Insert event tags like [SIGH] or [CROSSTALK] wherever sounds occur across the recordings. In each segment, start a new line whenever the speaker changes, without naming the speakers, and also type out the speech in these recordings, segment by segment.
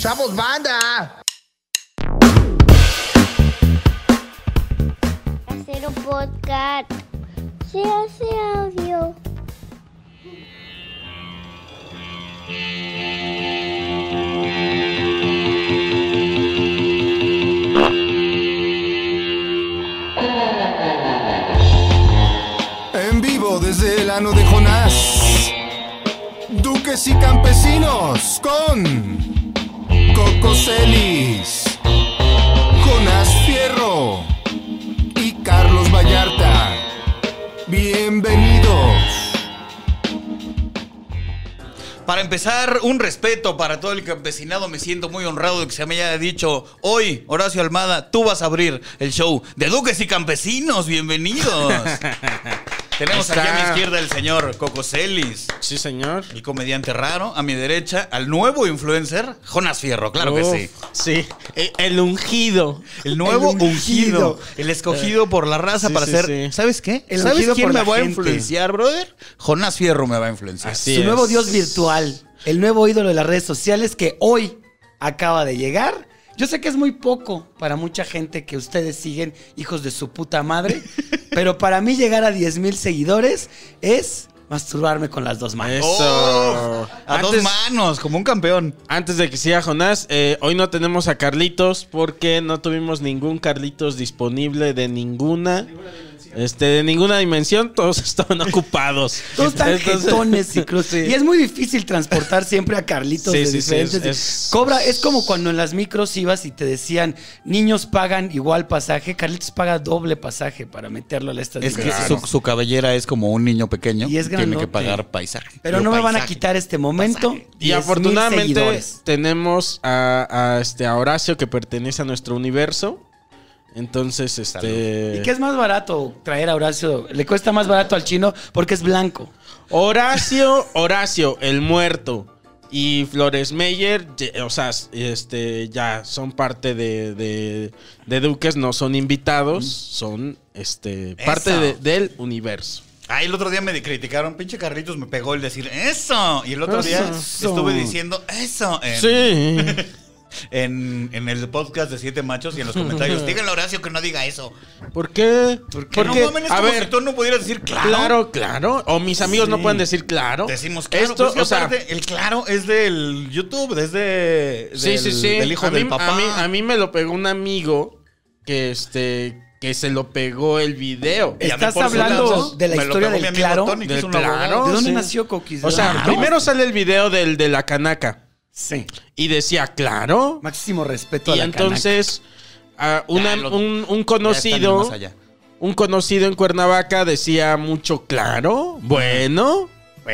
¡Chavos, banda!
Casero Podcast. Se hace audio.
En vivo desde el ano de Jonás. Duques y campesinos con Coco Celis, Jonás Fierro y Carlos Vallarta. Bienvenidos.
Para empezar, un respeto para todo el campesinado. Me siento muy honrado de que se me haya dicho hoy, Horacio Almada, tú vas a abrir el show de Duques y Campesinos. Bienvenidos.
[LAUGHS]
Tenemos
Ahí
aquí a mi
está.
izquierda el señor Coco Celis,
Sí, señor.
el comediante raro. A mi derecha, al nuevo influencer, Jonas Fierro. Claro
Uf,
que sí.
Sí. El, el ungido.
El nuevo
El
ungido.
ungido. Eh,
el escogido por la raza
sí,
para
sí,
ser.
sí.
¿Sabes qué?
El
¿Sabes
ungido
quién
por
me
la
va a
gente.
influenciar, brother? Jonás Fierro me va a influenciar.
Así
su
es.
nuevo dios virtual, el nuevo ídolo de las redes sociales que hoy acaba de llegar. Yo sé que es muy poco para mucha gente que ustedes siguen, hijos de su
[LAUGHS]
puta madre, pero para mí llegar a 10 mil seguidores es masturbarme con las dos manos.
Eso.
Oh, a dos manos, como un campeón.
Antes de que siga Jonás, eh, hoy no tenemos a Carlitos porque no tuvimos ningún Carlitos disponible de ninguna. Este, de ninguna dimensión, todos [LAUGHS] estaban ocupados.
Todos están
Entonces- [LAUGHS]
jetones y cruces.
Sí.
Y es muy difícil transportar siempre a Carlitos
Sí,
de
sí, sí,
diferentes.
es- es-
Cobra, es como cuando en las micros ibas y te decían, niños pagan igual pasaje, Carlitos paga doble pasaje para meterlo a la
Es que
estadística.
su, su cabellera es como un niño pequeño.
Y es
Tiene que
grandote.
pagar paisaje.
Pero no me van a quitar este momento.
Y
10,000
afortunadamente
seguidores.
tenemos a, a, este, a Horacio que pertenece a nuestro universo. Entonces, este.
¿Y qué es más barato traer a Horacio? Le cuesta más barato al chino porque es blanco.
Horacio, Horacio, el muerto. Y Flores Meyer, ye- o sea, este, ya son parte de, de- de Duques, no son invitados, son este, parte
Mm. Eso.
de- del universo.
Ay, el otro día me criticaron. Pinche Carlitos me pegó el decir eso. Y el otro día
Eso.
estuve diciendo eso en,
Sí.
[LAUGHS] en, en el podcast de Siete Machos y en los
[LAUGHS]
comentarios. Díganle a Horacio que no diga eso.
¿Por qué?
Porque no mames, es
a
como
ver,
si tú no pudieras decir claro.
claro, claro. O mis amigos no pueden decir claro.
Decimos claro.
Esto,
Pero es que
o sea,
aparte, el claro es del YouTube, es de,
Sí,
del,
sí, sí.
del hijo
a mí,
del papá.
A mí, a mí me lo pegó un amigo que este que se lo pegó el video.
Y a mí,
Estás
por su
hablando
lado,
de la
me lo
historia
pegó
del
mi amigo
claro,
Tony, que
del
es un abogado.
claro.
¿De dónde
sí.
nació Coquis?
O sea,
Claro.
primero sale el video del de la canaca
Sí.
y decía, claro.
Máximo respeto a
Y
la
entonces ah,
Ya,
una-
lo-
un, un
Ya está en el
conocido,
más allá.
un conocido en Cuernavaca decía mucho claro, bueno.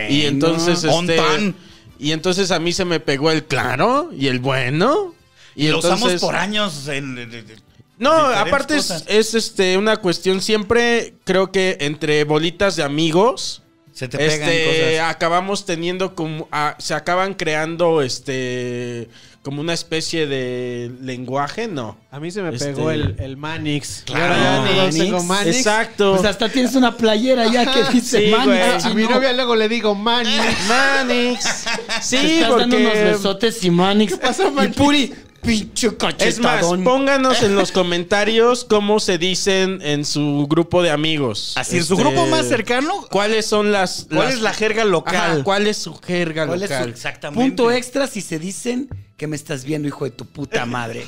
Y entonces
On
este,
tan.
y entonces a mí se me pegó el claro y el bueno. Y
lo usamos
entonces-
por años en- en- en-
No,
diferentes
aparte es,
cosas.
es, este una cuestión siempre creo que entre bolitas de amigos
se te pegan
este
cosas.
acabamos teniendo como ah, se acaban creando este como una especie de lenguaje, no.
A mí se me
Este-
pegó el, el Manix.
Claro.
Y ahora ya no
Manix.
tengo Manix.
Exacto.
Pues hasta tienes una playera ya que dice
sí,
Manix,
güey.
A
chino.
mi novia luego le digo Manix.
Manix.
Te
Sí,
estás dando unos
porque
besotes y Manix. Y Puri, pinche
es más,
cachetadón.
pónganos en los comentarios cómo se dicen en su grupo de amigos.
Así, en su
Este,
grupo más cercano,
¿Cuáles son las,
¿cuál
las-
es la jerga local?
Ajá, ¿Cuál es su jerga
¿Cuál es su-
local?
Exactamente.
Punto extra si se dicen que me estás viendo, hijo de tu puta
[LAUGHS]
madre.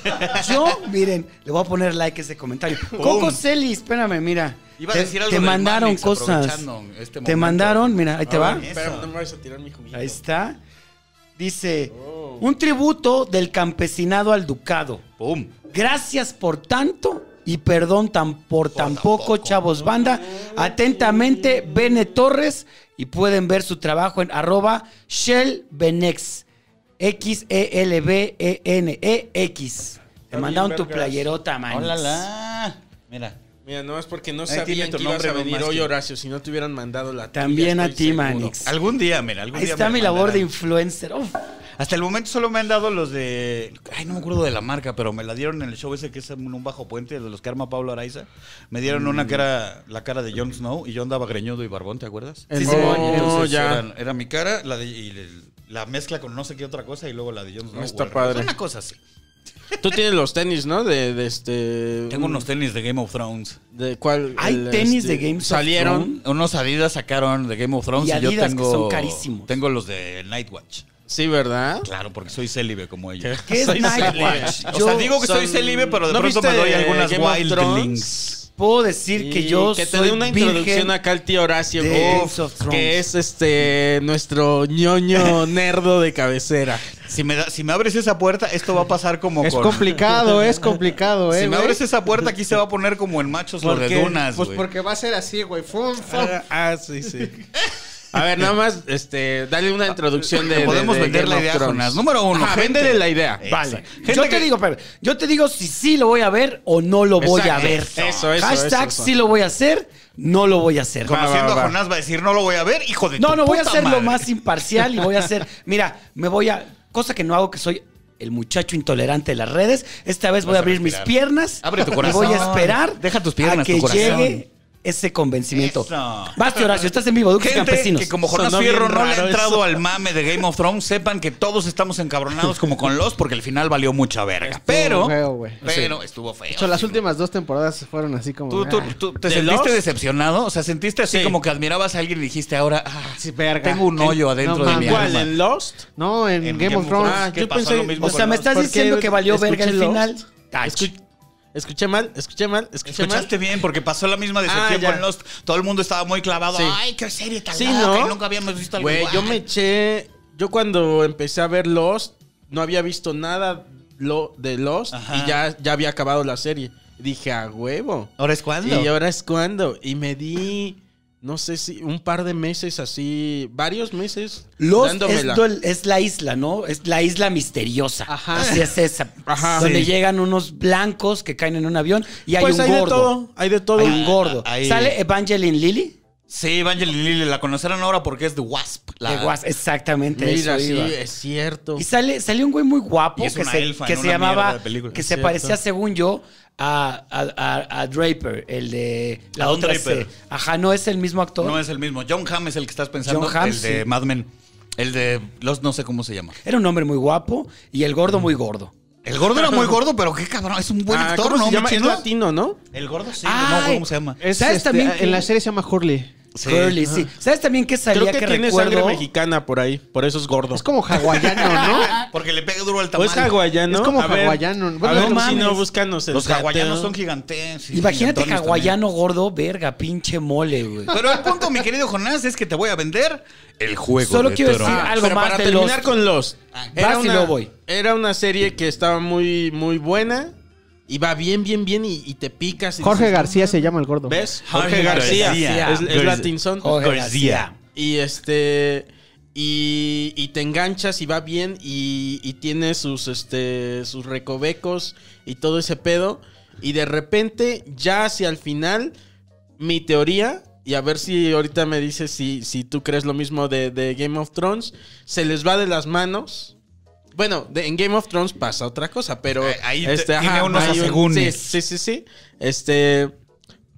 Yo, miren, le voy a poner like a ese comentario. Coco Celis, espérame, mira.
Iba a
te,
decir algo
te
del
mandaron
Manix,
cosas.
aprovechando este
te
momento.
mandaron, mira, ahí te va.
bien.
Espera,
Eso.
no me vayas a tirar mi juguito.
Ahí está. Dice, un tributo del campesinado al ducado.
¡Pum!
Gracias por tanto y perdón tan por, tampoco, chavos banda. Atentamente, Bene Torres. Y pueden ver su trabajo en arroba E Shell Benex. E X-E-L-B-E-N-E-X. Te mandaron tu playerota, man.
¡Hola! Mira.
Mira, no es porque no
Ahí tiene
sabían
tu
que ibas
nombre,
a
no
venir
más
hoy,
que-
Horacio. Si no te hubieran mandado la tuya,
También a
estoy
ti,
seguro.
Manix.
Algún día, mira, algún
Ahí
día
está
me
mi labor de
mandarán.
influencer. Uf.
Hasta el momento solo me han dado los de. Ay, no me acuerdo de la marca, pero me la dieron en el show ese que es en un bajo puente de los que arma Pablo Araiza. Me dieron una que era la cara de Jon Snow y yo andaba greñudo y barbón, ¿te acuerdas?
Sí,
Sí,
Simón.
Simón.
No,
Entonces,
Oh, ya.
eran- era mi cara, la de- y el- la mezcla con no sé qué otra cosa y luego la de Jon Snow.
Está
güey.
padre.
Una cosa así.
Tú tienes los tenis, ¿no? De, de este. mm,
Tengo unos tenis de Game of Thrones.
¿De cuál? este,
¿Hay tenis de Games of
Salieron.
Thrones?
Unos Adidas sacaron de Game of Thrones
Y
y, yo
Adidas, que
tengo.
son carísimos.
Tengo los de Nightwatch.
Sí, ¿verdad?
Claro, porque soy célibe como ellos.
¿Qué es
Soy
Nightwatch?
célibe.
O
Yo
sea, digo que soy
Son-
célibe, pero de
¿No
pronto me
viste
doy algunas
Game of
wild
Thrones?
links.
puedo decir que
Y
yo
que te
soy
dé una
virgen.
introducción acá al tío Horacio,
de
que-
Games of Thrones.
que es este nuestro
[LAUGHS]
ñoño nerdo de cabecera.
Si me, da- si me abres esa puerta, esto va a pasar como
Es
con-
complicado,
[LAUGHS]
es complicado, eh.
Si me
güey.
abres esa puerta, aquí se va a poner como en machos lo de
Porque-
dunas,
Pues
güey.
porque va a ser así, güey. Fum, fum.
Ah, ah, sí, sí. A ver, nada más, este, dale una introducción de.
Le
de-
podemos
de
vender
Game
la
of
idea,
Thrones.
Jonás. Número uno,
Ajá,
gente.
véndele la idea.
Eh,
Vale.
Gente
yo te
que-
digo, pero yo te digo si sí lo voy a ver o no lo voy
Exacto.
a ver.
Eso, eso,
Hashtag
eso, eso.
sí lo voy a hacer, no lo voy a hacer.
Ah, Va,
Conociendo
va, va.
a Jonás va a decir, no lo voy a ver, hijo de
No,
tu
no, voy a
puta
ser lo
madre".
más imparcial y voy a hacer. Mira, me voy a. Cosa que no hago, que soy el muchacho intolerante de las redes. Esta vez voy
Vas
a
a
abrir mis
respirar.
piernas.
Abre tu
y
corazón.
voy a esperar.
Deja tus piernas,
a que
tu corazón.
llegue ese convencimiento.
Eso.
Basta, Horacio, estás en vivo, Duques
Gente
Campesinos.
que como Jonás
pues, Sonó
Fierro
bien
no le ha
raro
entrado
eso.
al mame de Game of Thrones, sepan que todos estamos encabronados como con los, porque el final valió mucha verga. Pero,
feo, güey.
pero estuvo feo.
De hecho, las
sí,
últimas dos temporadas fueron así como.
¿Tú, tú-
ah,
tú te
¿De
sentiste
Lost?
decepcionado? O sea, ¿sentiste así
Sí.
como que admirabas a alguien y dijiste ahora, ah,
Sí, verga.
tengo un hoyo
No
adentro de mi
mames.
¿Cuál?
alma?
¿En Lost?
No, en, Game, of Thrones.
Ah,
¿Qué
yo
pasó
pensé-
lo mismo
O
con
sea, me
Lost?
estás
Porque
diciendo que valió
escuché
verga el
Lost.
final. Ay,
Escu- escuché mal, escuché mal, escuché mal.
Escuchaste bien, porque pasó la misma
Ah,
decepción
ya.
con Lost. Todo el mundo estaba muy clavado.
Sí.
Ay, qué serie tan
Sí,
larga,
¿no?
y nunca habíamos visto algo
Güey,
igual".
yo me eché. Yo cuando empecé a ver Lost, no había visto nada lo, de Lost
Ajá.
y ya, ya había acabado la serie. Dije, a huevo.
¿Ahora es cuándo?
Y ahora es cuando. Y me di, no sé si un par de meses así, varios meses.
Los es,
dándomela.
do- es la isla, ¿no? Es la isla misteriosa.
Ajá.
Así es esa.
Ajá.
Donde
Sí.
llegan unos blancos que caen en un avión y hay
Pues
un
hay de
gordo.
todo, hay de todo.
Hay un gordo.
ahí.
Sale Evangeline Lilly.
Sí, Evangeline Lilly, la conocerán ahora porque es The Wasp. La...
de Guas- exactamente.
Mira,
eso
sí,
iba.
es cierto.
Y sale, salió un güey muy guapo
Y es
que
una
se,
elfa
que
en
se
una
llamaba,
mierda de película.
que se
Cierto.
parecía, según yo, a, a- a- a Draper, el de la
A Don
otra.
Draper.
se- Ajá, no es el mismo actor.
No es el mismo. John Hamm es el que estás pensando.
John Hamm,
el de
sí.
Mad Men. El de Lost, no sé cómo se llama.
Era un hombre muy guapo y el gordo muy gordo.
El gordo
[LAUGHS]
era muy gordo, pero qué cabrón. Es un buen
Ah,
actor,
¿cómo
¿no?
se
mi
llama? Es
chino?
latino, ¿no?
El gordo sí,
Ay.
no me acuerdo cómo se llama.
Es,
¿Sabes
este,
también que-
En la serie se llama Hurley.
Sí.
Curly, sí. ¿Sabes también qué salía
Creo
que,
que, tiene sangre
recuerdo?
mexicana por ahí, por eso es gordo.
Es como
[LAUGHS]
hawaiano, ¿no?
Porque le pega duro al
Ah. ¿O
tamal.
es hawaiano?
Es como
A ver,
hawaiano.
a ver,
Bueno,
no
si no,
mames.
búscanos el
Los
dato.
hawaianos son gigantes.
Imagínate
gigantones
hawaiano gordo, verga, pinche mole, güey.
también. Pero el punto, mi querido Jonás, es que te voy a vender el juego.
Solo
de Ah,
quiero
Tron.
decir algo
pero
más
para
de
terminar
Lost.
con Lost.
Vas y luego voy.
era una serie que estaba muy, muy buena. Y va bien, bien, bien. Y, y te picas. y
Jorge
dices,
García se llama el gordo.
¿Ves?
Jorge
Jorge García.
García.
Es, es
García.
latinson.
Jorge
García.
Y este. Y, y te enganchas y va bien. Y, y tiene sus, este, sus recovecos y todo ese pedo. Y de repente, ya hacia el final, mi teoría. Y a ver si ahorita me dices si, si tú crees lo mismo de, de Game of Thrones. Se les va de las manos. Bueno, de- en Game of Thrones pasa otra cosa, pero. este,
Eh, ahí te- tiene unos
hay un-
asegúnes.
sí, sí, sí, sí. Este.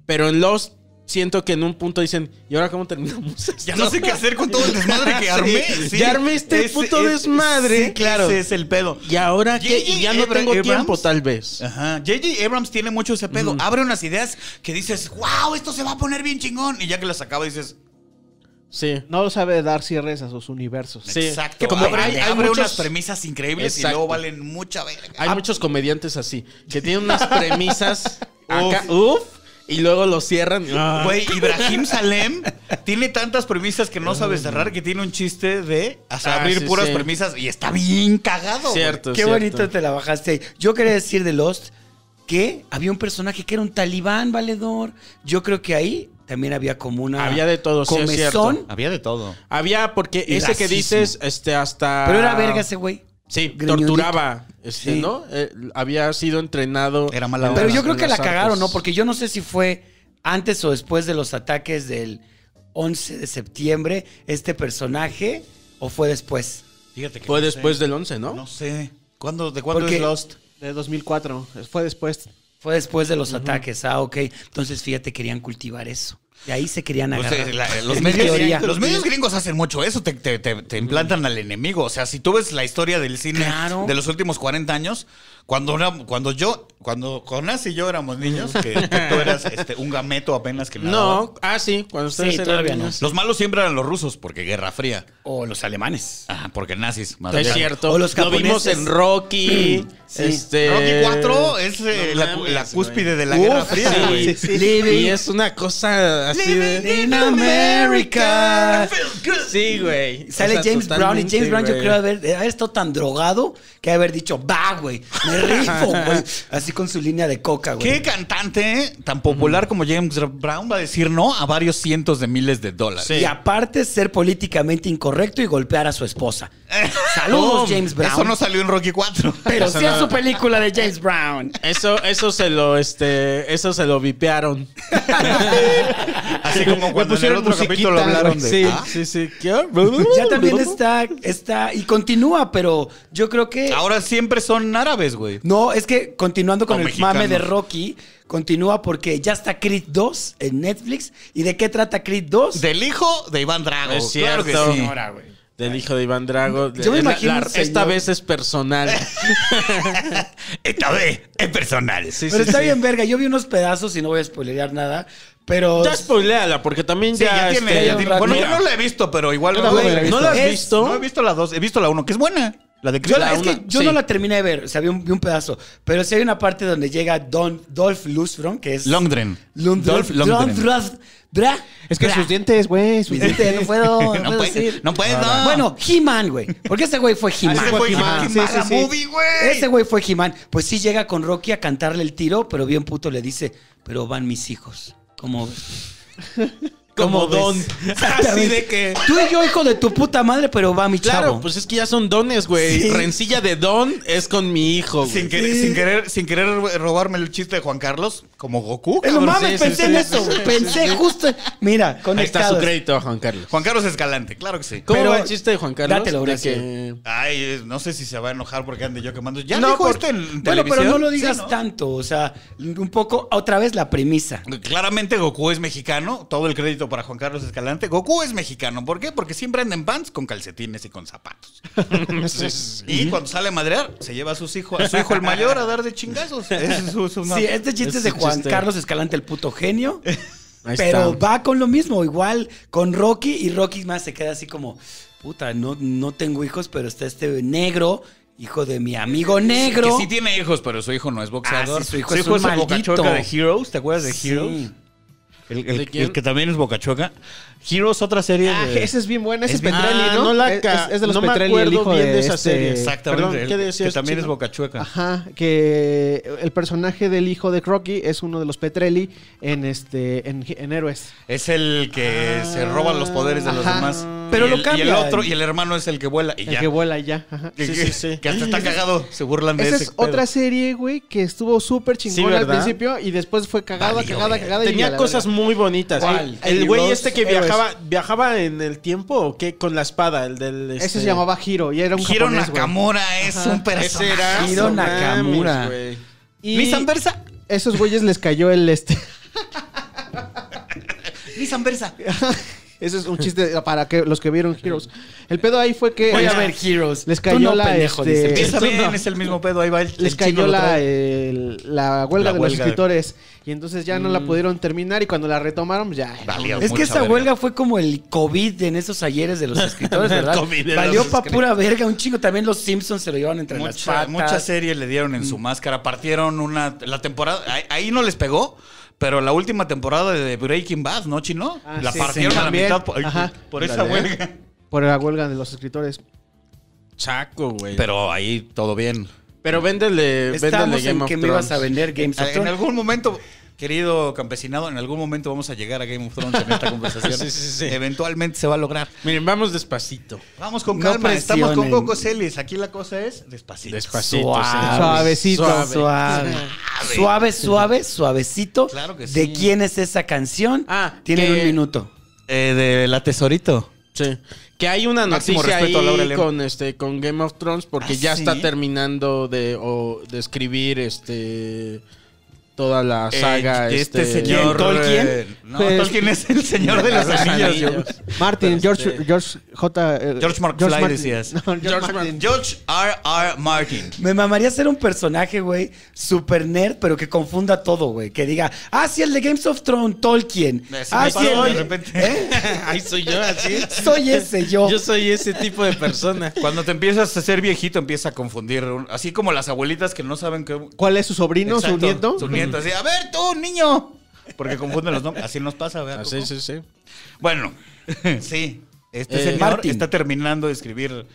Pero en Lost siento que en un punto dicen, ¿y ahora cómo terminamos? esto?"
Ya no sé qué hacer con todo el desmadre
[LAUGHS]
que armé.
Sí,
sí.
ya armé este puto desmadre.
Sí, claro.
Ese
Ese es el pedo.
¿Y ahora qué?
J.J.
Y ya no
Abra-
tengo
Abrams.
tiempo, tal vez.
Ajá. J.J. Abrams tiene mucho ese pedo. Abre unas ideas que dices, wow, esto se va a poner bien chingón. Y ya que las acaba dices,
Sí.
No sabe dar cierres a sus universos.
Sí.
exacto.
Como
abre
hay- hay
abre
muchos-
unas premisas increíbles y
Exacto.
luego valen mucha verga. Ah,
Hay muchos comediantes así, que tienen unas premisas acá, uf, y luego lo cierran. Ah.
Güey,
[LAUGHS]
Ibrahim Salem tiene tantas premisas que no sabe cerrar que tiene un chiste de o sea,
Ah,
abrir
sí,
puras
sí.
premisas y está bien cagado. güey.
Cierto,
Qué
cierto.
bonito te la bajaste ahí. Yo quería decir de Lost que había un personaje que era un talibán valedor. Yo creo que ahí también había como una.
Había de todo, sí, es
comezón,
cierto.
Había de todo.
Había, porque
Y
ese que
racismo.
dices, este, hasta...
Pero era verga ese güey.
Sí,
Griñonito.
torturaba, este,
Sí.
¿no? Eh, había sido entrenado.
Era mala onda.
en
Pero
las-
yo creo
Ah, en
que la
las
cagaron,
artes.
¿no? Porque yo no sé si fue antes o después de los ataques del 11 de septiembre este personaje o fue después.
Fíjate que
Fue
no
después
sé.
del 11, ¿no?
No sé. ¿Cuándo, ¿De cuándo
Porque-
es Lost?
De 2004. Fue después.
Fue después de los ataques. Ah, ok. Entonces, fíjate, querían cultivar eso. De ahí se querían
O
agarrar.
sea, Pues, eh, la- los,
Es mi teoría.
medios, los medios gringos hacen mucho eso, te, te- te- te implantan al enemigo. O sea, si tú ves la historia del cine
Claro.
de los últimos 40 años, cuando, era- cuando yo, cuando Jonás y yo éramos niños, que, que tú eras este, un gameto apenas que nadaba.
No, ah, sí, cuando ustedes
Sí,
eran
todavía
niños.
Los malos siempre eran los rusos, porque Guerra Fría.
O los alemanes.
Ajá, porque nazis. más
Es
bien.
cierto.
O los
lo vimos
japoneses.
en Rocky.
Sí.
Este...
Rocky 4 es eh,
No
la, cu- la
mames,
cúspide
güey.
de la Guerra Fría,
sí,
güey.
sí, sí. Y es una cosa así de...
Living in America.
Sí, güey.
Sale
O sea,
James Brown y
totalmente,
James Brown yo
güey.
creo haber, de haber estado tan drogado que haber dicho, va, güey, me
[LAUGHS]
rifo, güey. Así con su línea de coca, güey.
¿Qué cantante tan popular como James Brown va a decir no a varios cientos de miles de dólares?
Sí.
Y aparte ser políticamente incorrecto y golpear a su esposa.
[LAUGHS]
Saludos, James Brown.
Eso no salió en Rocky 4.
[LAUGHS] Pero sí
no-
es su película de James
[LAUGHS]
Brown.
Eso, eso se lo, este, eso se lo vipearon.
Así como cuando en el otro capítulo hablaron de...
Sí,
Ah,
sí, sí. ¿Qué?
Ya también está, está, y continúa, pero yo creo que...
Ahora siempre son árabes, güey.
No, es que continuando con
O
el
mexicanos.
mame de Rocky, continúa porque ya está Creed 2 en Netflix. ¿Y de qué trata Creed 2?
Del hijo de Iván Drago.
Es
claro
cierto.
que sí.
Del hijo de Iván Drago.
Yo me
La-
imagino un señor-
Esta vez es personal.
Esta vez Eh, es personal.
Sí,
pero
sí,
está
sí.
bien verga, yo vi unos pedazos y no voy a spoilear nada, pero...
Ya spoileala, porque también
Sí, ya
ya,
tiene-
este,
ya tiene- bueno,
mira,
yo no la he visto, pero igual...
Yo tampoco
Güey,
la he
¿No
visto.
la has
Es-
visto?
No he visto la dos, he visto la uno, que es buena. La de
Yo,
Chris
la-
Rock.
es que yo
sí.
no la terminé de ver, o sea, vi un, vi un pedazo. Pero sí hay una parte donde llega Don, Dolph Lundgren, que es...
Lundgren.
Lundgren.
Dolph Lundgren.
Dolph Lundgren. Bra.
Es que
Bra.
sus dientes, güey. Sus
Mis dientes,
dientes.
no puedo, no
No
puedo
puede-
decir.
no puedo.
Bueno, He-Man, güey. Porque ese güey fue He-Man.
Ese fue
He-Man,
He-Man.
sí,
Mala
sí, sí.
movie, güey.
Ese güey fue He-Man. Pues sí llega con Rocky a cantarle el tiro, pero bien puto le dice, pero van mis hijos.
[LAUGHS]
Como
como don. [LAUGHS] Así de que.
tú y yo, hijo de tu puta madre, pero va mi
Claro,
chavo.
pues es que ya son dones, güey.
Sí.
Rencilla de don es con mi hijo,
Sin,
güey.
querer- sin querer, sin querer robarme el chiste de Juan Carlos, como Goku.
Eh, no
cabrón.
mames,
sí, sí,
pensé
sí,
en
sí,
eso.
sí, sí,
pensé justo. Mira,
Ahí está su
conectados.
crédito a Juan Carlos.
Juan Carlos Escalante, claro que sí.
¿Cómo
Pero-
va el chiste de Juan Carlos?
Dátelo,
De
Horacio.
que-
Ay, eh, no sé si se va a enojar porque ande yo quemando. Ya
No,
dijo
por-
esto en
Bueno,
televisión.
pero no lo digas
Sí, ¿no?
tanto. O sea, un poco, otra vez la premisa.
Claramente Goku es mexicano, todo el crédito para Juan Carlos Escalante. Goku es mexicano, ¿por qué? Porque siempre anda en pants con calcetines y con
[LAUGHS]
zapatos. Y cuando sale a madrear, se lleva a sus hijos, a su hijo el mayor a dar de
[LAUGHS]
chingazos. Es su- su- una-
Sí, este chiste es,
es
de
un
Juan
chiste.
Carlos Escalante, el
[LAUGHS]
puto genio.
Ahí
pero
está.
va con lo mismo, igual con Rocky y Rocky más se queda así como, puta, no, no tengo hijos, pero está este negro, hijo de mi amigo
que
negro.
sí tiene hijos, pero su hijo no es boxeador.
Ah, sí, su hijo es un
el
maldito.
bocachoca de Heroes, ¿te acuerdas de
Sí.
Heroes? El, el-
¿De quién?
el que también es bocachoca. Heroes, otra serie
Ah,
de...
ese es bien bueno. Ese
Es
es,
bien-
Petrelli,
Ah,
¿no?
no la
es,
ca-
es de los
no me
Petrelli,
acuerdo
el hijo
bien
de,
de esa
este-
serie.
Exactamente.
Perdón,
el-
¿qué este decías,
que también es
chino?
bocachueca.
Ajá, que el personaje del hijo de Rocky es uno de los Petrelli en este en, en Héroes.
Es el que se roba los poderes de los
Ah, Ajá.
demás.
Pero
Y
lo
el- Y el
cambian.
otro, y el hermano es el que vuela. Y
El
ya.
que vuela y ya. Ajá.
Que,
Sí,
que-
sí, sí.
que hasta está cagado. Se burlan de
Esa
ese
es
pedo.
otra serie, güey, que estuvo súper chingona al
¿verdad?
principio y después fue cagada,
Valió,
cagada,
güey.
cagada. y a
Tenía
la
cosas
verga.
muy bonitas.
¿Cuál?
El
Heroes,
güey este que
héroes.
viajaba, viajaba en el tiempo o qué con la espada, el del este...
Ese se llamaba Hiro y era un
Hiro
japonés, güey.
Nakamura es un
Ese
personaje.
era
Hiro
No mames,
Nakamura.
güey.
Y
Nissan Versa.
esos güeyes les cayó el este.
Nissan Versa.
[LAUGHS] Ese es un chiste para que los que vieron Heroes. El pedo ahí fue que
Voy a ver Heroes.
Les
Tú
cayó
no,
la,
pendejo,
este,
dice.
Empieza
Tú
bien,
no.
es el mismo pedo. Ahí va el
les
el chino lo
cayó la,
trae.
el- la huelga
La huelga.
de
Mm.
los escritores y entonces ya no la pudieron terminar y cuando la retomaron ya era
Valió
Es que
mucha
esa
verga.
huelga fue como el COVID en esos
[LAUGHS]
ayeres de los escritores, ¿verdad?
COVID de
Valió
los
pa' pura verga, un chingo. También los Simpsons se lo llevaron entre las
Mucha,
patas.
mucha serie le dieron
Mm.
en su máscara. Partieron una. La temporada. Ahí, ahí no les pegó. Pero la última temporada de Breaking Bad, ¿no, chino?
Ah,
la
sí,
partieron
sí,
a la
también.
mitad por,
Ajá.
por esa
Dale.
huelga.
por la huelga de los escritores.
Chaco, güey. Pero,
Pero ahí todo bien.
véndele, véndele
Estábamos
Game
en
of
que me
Thrones.
ibas a vender Games of
Eh, En
Thrones.
algún momento Querido campesinado, en algún momento vamos a llegar a Game of Thrones en [LAUGHS] esta conversación.
Sí, sí, sí.
Eventualmente se va a lograr.
Miren, vamos despacito.
Vamos con
No
calma, estamos con
presionen.
Coco Celis. Aquí la cosa es despacito.
Despacito.
Suave.
Suavecito.
Suave.
[LAUGHS]
Suave, suave, suavecito.
Claro que sí.
¿De quién es esa canción?
Ah,
Tienen
que-
un minuto.
Eh, de la tesorito.
Sí. Que hay una
Máximo
noticia
respeto a
ahí
Laura León.
con este con Game of Thrones porque
¿Ah,
ya
sí?
está terminando de, o- de escribir este toda la
Eh,
saga
que
este,
señor.
¿Tolkien?
eh, no,
Pues-
Tolkien es el señor
[LAUGHS]
de los
Los
anillos. yo.
Anillos.
Martin,
Este-
George, George J. eh,
George Mark Fly
Martin.
decías.
No, George,
George
Martin.
George R. R. Martin.
Me mamaría ser un personaje, güey, super nerd, pero que confunda todo, güey. Que diga, ah, sí, el de Games of Thrones, Tolkien.
Así
Ah,
me
sí,
paro de
el-
repente.
¿Eh?
[LAUGHS] Ahí soy yo así.
[LAUGHS] Soy ese yo.
Yo soy ese tipo de persona.
Cuando te empiezas a ser viejito, empieza a confundir. un- Así como las abuelitas que no saben qué.
¿Cuál es su sobrino,
Exacto,
su nieto?
Su nieto, así. A ver, tú, niño. Porque confunden los nombres. Así nos pasa, ¿verdad?
Así,
Coco?
Ah, sí, sí.
Bueno,
[LAUGHS]
sí. Este
Eh,
señor
Martin.
está terminando de escribir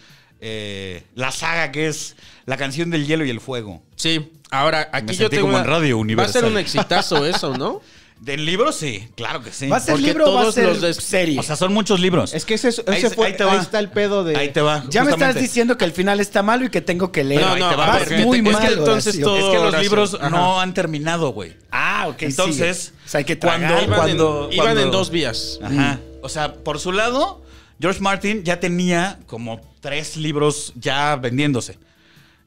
eh, la saga que es la canción del hielo y el fuego.
Sí. Ahora, aquí
Me
yo
sentí
tengo
como
una-
en Radio
Va a ser
Universal. [LAUGHS]
un exitazo eso,
[LAUGHS]
¿no?
¿Del libro? Sí, claro que sí.
¿Va a ser
Porque
libro o va a
todos
ser
los de-
serie?
O sea, son muchos libros.
Es que ese, ese
Ahí-
fue,
ahí
ahí,
te va.
está el pedo de...
Ahí te va.
ya me estás
justamente.
diciendo que el final está malo y que tengo que leer.
Pero
No,
ahí
no,
te va,
a
Vas
ver,
porque-
muy
es que
mal,
entonces
Horacio.
todo-
Es que los
Horacio.
libros
Ajá.
no han terminado, güey.
Ah, ok.
Entonces,
sigue. O sea, hay que
cuando-
tragar.
Iban,
cuando-
en, iban
cuando-
en dos vías.
Ajá. O sea, por su lado, George Martin ya tenía como tres libros ya vendiéndose.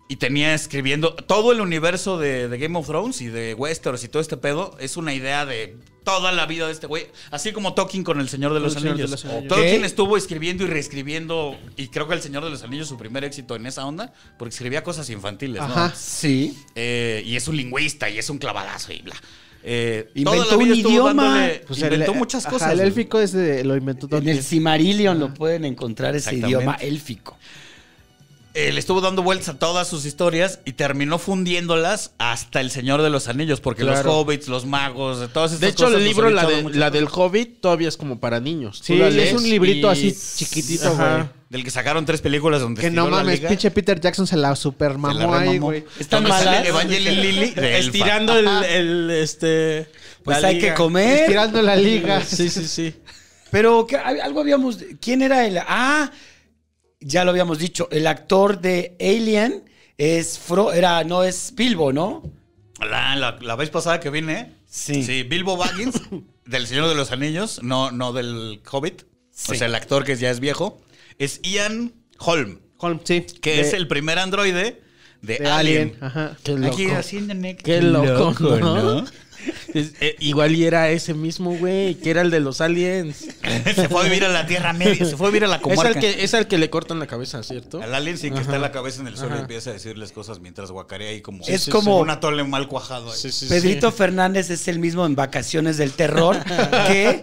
Y tenía escribiendo todo el universo de, de Game of Thrones y de Westeros y todo este pedo. Es una idea de toda la vida de este güey. Así como Tolkien con El Señor de los
El Señor de
Anillos.
los Anillos.
Tolkien estuvo escribiendo y reescribiendo. Y creo que El Señor de los Anillos, su primer éxito en esa onda, porque escribía cosas infantiles, ¿no?
Ajá.
Sí.
Eh, y es un lingüista y es un clavadazo y bla. Eh,
Inventó
toda la vida
un
estuvo
idioma.
Pues el-
inventó muchas
ajá,
cosas.
el
güey.
élfico es de- lo inventó
En
Tolkien.
el Simarillion lo pueden encontrar ese
Ah. Exactamente.
idioma élfico.
Eh, le estuvo dando vueltas a todas sus historias y terminó fundiéndolas hasta El Señor de los Anillos, porque los
Claro.
hobbits, los magos, de todas esas
De hecho,
cosas
el
nos
libro,
han
la,
echado
de-
muchas
la
cosas.
del Hobbit, todavía es como para niños. Tú
Sí,
la
es
lees
un librito
y-
así chiquitito,
Ajá.
güey.
Del que sacaron tres películas donde
Que no
estiró la
mames,
liga,
pinche Peter Jackson se la super
se la
mamó ahí,
remamó.
güey.
Están
Donde sale
malas.
Evangeline
[LAUGHS]
Lilly de Elfa.
Estirando el, el, este.
Pues
la
hay
liga.
que comer.
Estirando la liga.
Sí, sí, sí.
[LAUGHS] Pero ¿qué? Hay- algo habíamos. ¿Quién era el.? Ah, ya lo habíamos dicho. El actor de Alien es Fro, era, no es Bilbo, ¿no?
La, la- la vez pasada que vine, sí,
Sí.
Bilbo Baggins, del Señor de los Anillos, no, no del Hobbit, o
Sí.
sea, el actor que ya es viejo, es Ian Holm,
Holm, sí.
que
De-
es el primer androide de,
de
Alien.
Alien. Ajá.
Aquí haciendo
Qué loco, ¿no? Es- eh, igual y era ese mismo, güey, que era el de los aliens.
[LAUGHS] se fue a vivir a la Tierra Media, se fue a vivir a la
Es
comarca.
al, que, es al que le cortan la cabeza, ¿cierto?
Al alien sí que está la cabeza en el suelo y
Ajá.
empieza a decirles cosas mientras guacarea ahí como
Es como-
un atole mal cuajado. ahí.
Sí, sí, sí.
Pedrito Fernández es el mismo en Vacaciones del Terror que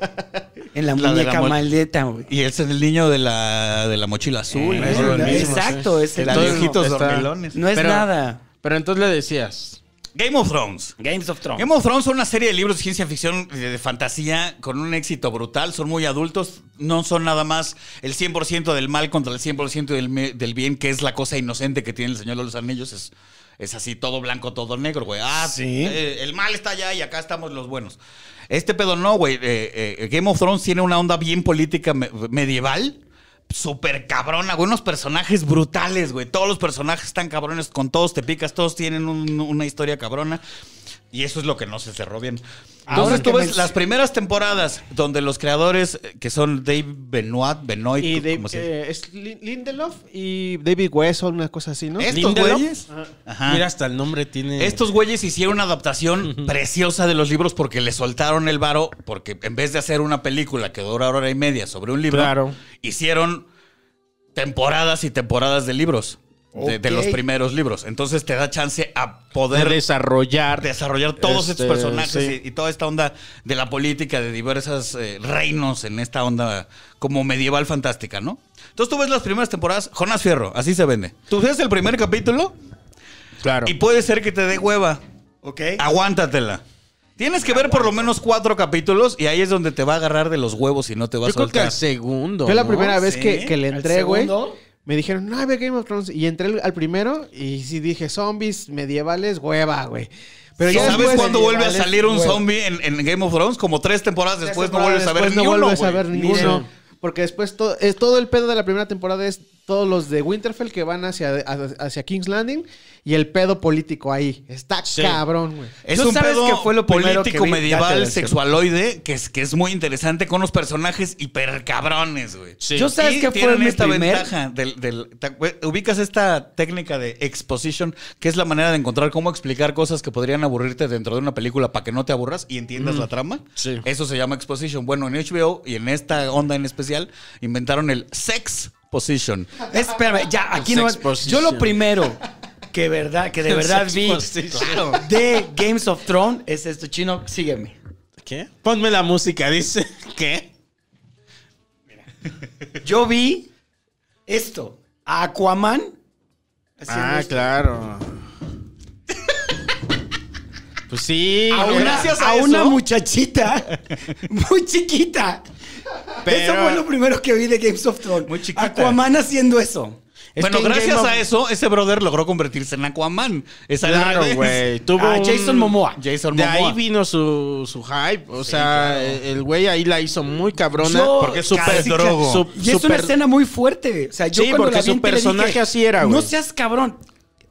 en
La de la
La Muñeca
mol-
Maldita, güey.
Y ese es el niño de la, de la mochila azul.
Eh,
¿no?
es
Ese
el mismo,
Exacto, es
El
el
de
Entonces,
mismo.
viejitos
está-
dormilones.
No es
Pero-
nada.
Pero entonces le decías.
Game of Thrones.
Games of Thrones.
Game of Thrones son una serie de libros de ciencia ficción eh, de fantasía con un éxito brutal. Son muy adultos. No son nada más el 100% del mal contra el 100% del, me- del bien, que es la cosa inocente que tiene el Señor de los Anillos. Es, es así, todo blanco, todo negro, güey. Ah,
Sí.
eh, el mal está allá y acá estamos los buenos. Este pedo no, güey. Eh, eh, Game of Thrones tiene una onda bien política me- medieval. Súper cabrona, güey. Unos personajes brutales, güey. Todos los personajes están cabrones. Con todos te picas. Todos tienen un- una historia cabrona. Y eso es lo que no se cerró bien.
Ahora
Entonces tú
que
ves
men-
las primeras temporadas donde los creadores, eh, que son Dave Benoit, Benoit,
Y Dave-
¿cómo se dice?
eh, es Lin- Lindelof y David Wesson, una cosa así, ¿no?
Estos
¿Lindelof?
güeyes. Ajá.
Mira, hasta el nombre tiene.
Estos güeyes hicieron una adaptación preciosa de los libros porque le soltaron el varo, porque en vez de hacer una película que dura hora y media sobre un libro,
Claro.
hicieron temporadas y temporadas de libros, de, de los
Ok.
primeros libros. Entonces te da chance a
de
poder
desarrollar.
desarrollar todos
Este,
estos personajes
sí.
y, y toda esta onda de la política de diversos reinos en esta onda como medieval fantástica, ¿no? Entonces tú ves las primeras temporadas, Jonas Fierro, así se vende. Tú ves el primer capítulo
Claro.
y puede ser que te dé hueva.
Ok.
Aguántatela. Tienes que ver por lo menos cuatro capítulos y ahí es donde te va a agarrar de los huevos y no te va a
Yo creo que
soltar.
al segundo.
Yo la
¿no?
primera vez
Sí.
que, que le
¿Al
entré, güey,
segundo?
me dijeron, no, ve Game of Thrones. Y entré al- al primero y sí dije, zombies medievales, hueva, güey.
Pero ya
¿Sabes
después-
cuándo vuelve a
Vale,
salir un
güey.
zombie en, en Game of Thrones? Como tres temporadas después no vuelves a ver
Después no
ni uno,
vuelves a
güey.
ver ninguno. Porque después todo, es todo el pedo de la primera temporada es todos los de Winterfell que van hacia, hacia King's Landing y el pedo político ahí. Está
Sí.
cabrón, güey.
Es
¿Tú
un
sabes
pedo
qué fue lo primero que
político
vi? Ya te
medieval
decía.
sexualoide que es, que es muy interesante con unos personajes hipercabrones, güey.
Sí.
Yo sabes
Y
qué fue
tienen
mi
esta
primer-
ventaja del, del- te acu- ubicas esta técnica de exposition que es la manera de encontrar cómo explicar cosas que podrían aburrirte dentro de una película para que no te aburras y entiendas
Mm.
la trama
Sí.
eso se llama exposition bueno en HBO y en esta onda en especial inventaron el sex
[LAUGHS]
position
Espérame, ya, aquí no.
Sexposition.
Yo lo primero que verdad, que de verdad vi
Sexposition.
[LAUGHS] de Games of Thrones es esto, chino, sígueme.
¿Qué? Ponme la música, dice. [LAUGHS] ¿Qué?
Yo vi esto, a Aquaman. haciendo
Ah,
esto.
claro. [LAUGHS] Pues sí.
A
güey.
una, a
[LAUGHS]
una muchachita muy chiquita.
Pero-
Eso fue lo primero que vi de Games of Thrones.
Muy chiquita.
Aquaman haciendo eso.
Es
bueno
que en
gracias
Game of-
a eso ese brother logró convertirse en Aquaman Esa
Claro, güey. Tuvo
a
un-
Jason Momoa.
Jason
Ah, De
Momoa
ahí vino su, su hype. O sea, el güey ahí la hizo muy cabrona.
Yo-
porque es súper
Casi,
drogo.
su-
Y es una
súper-
escena muy fuerte. O sea, yo
Sí,
cuando
porque
la vi
su
en tele
personaje
dije,
así era, güey.
No seas cabrón.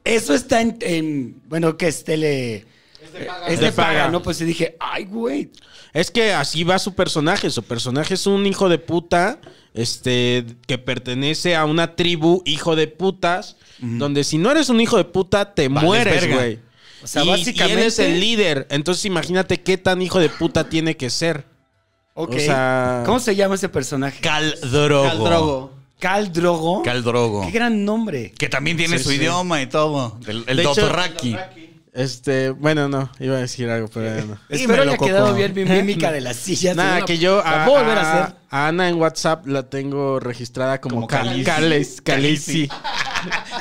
Eso está en, en- bueno, que es tele... Es de paga.
De paga.
¿no? Pues y dije, ay, güey.
Es que así va su personaje. Su personaje es un hijo de puta. Este, que pertenece a una tribu hijo de putas. Donde si no eres un hijo de puta, te
Vales
mueres,
verga.
güey.
O sea,
Y-
básicamente-
Y eres el líder. Entonces imagínate qué tan hijo de puta tiene que ser.
Ok.
O sea-
¿Cómo se llama ese personaje?
Cal Drogo.
Khal Drogo.
Cal Drogo.
Khal Drogo.
Qué gran nombre.
Que también tiene
Sí,
su
sí.
idioma y todo. El, el
De hecho-
Dothraki.
Este, bueno, no, iba a decir algo, pero ya no.
Espero haya
Dímelo,
quedado
Coco.
bien mi mímica de las sillas.
Nada,
No,
que yo ah,
la
a,
puedo volver a
a-
hacer.
a Ana en WhatsApp la tengo registrada como,
Como
Cali-
Calici.
Cales- Calici.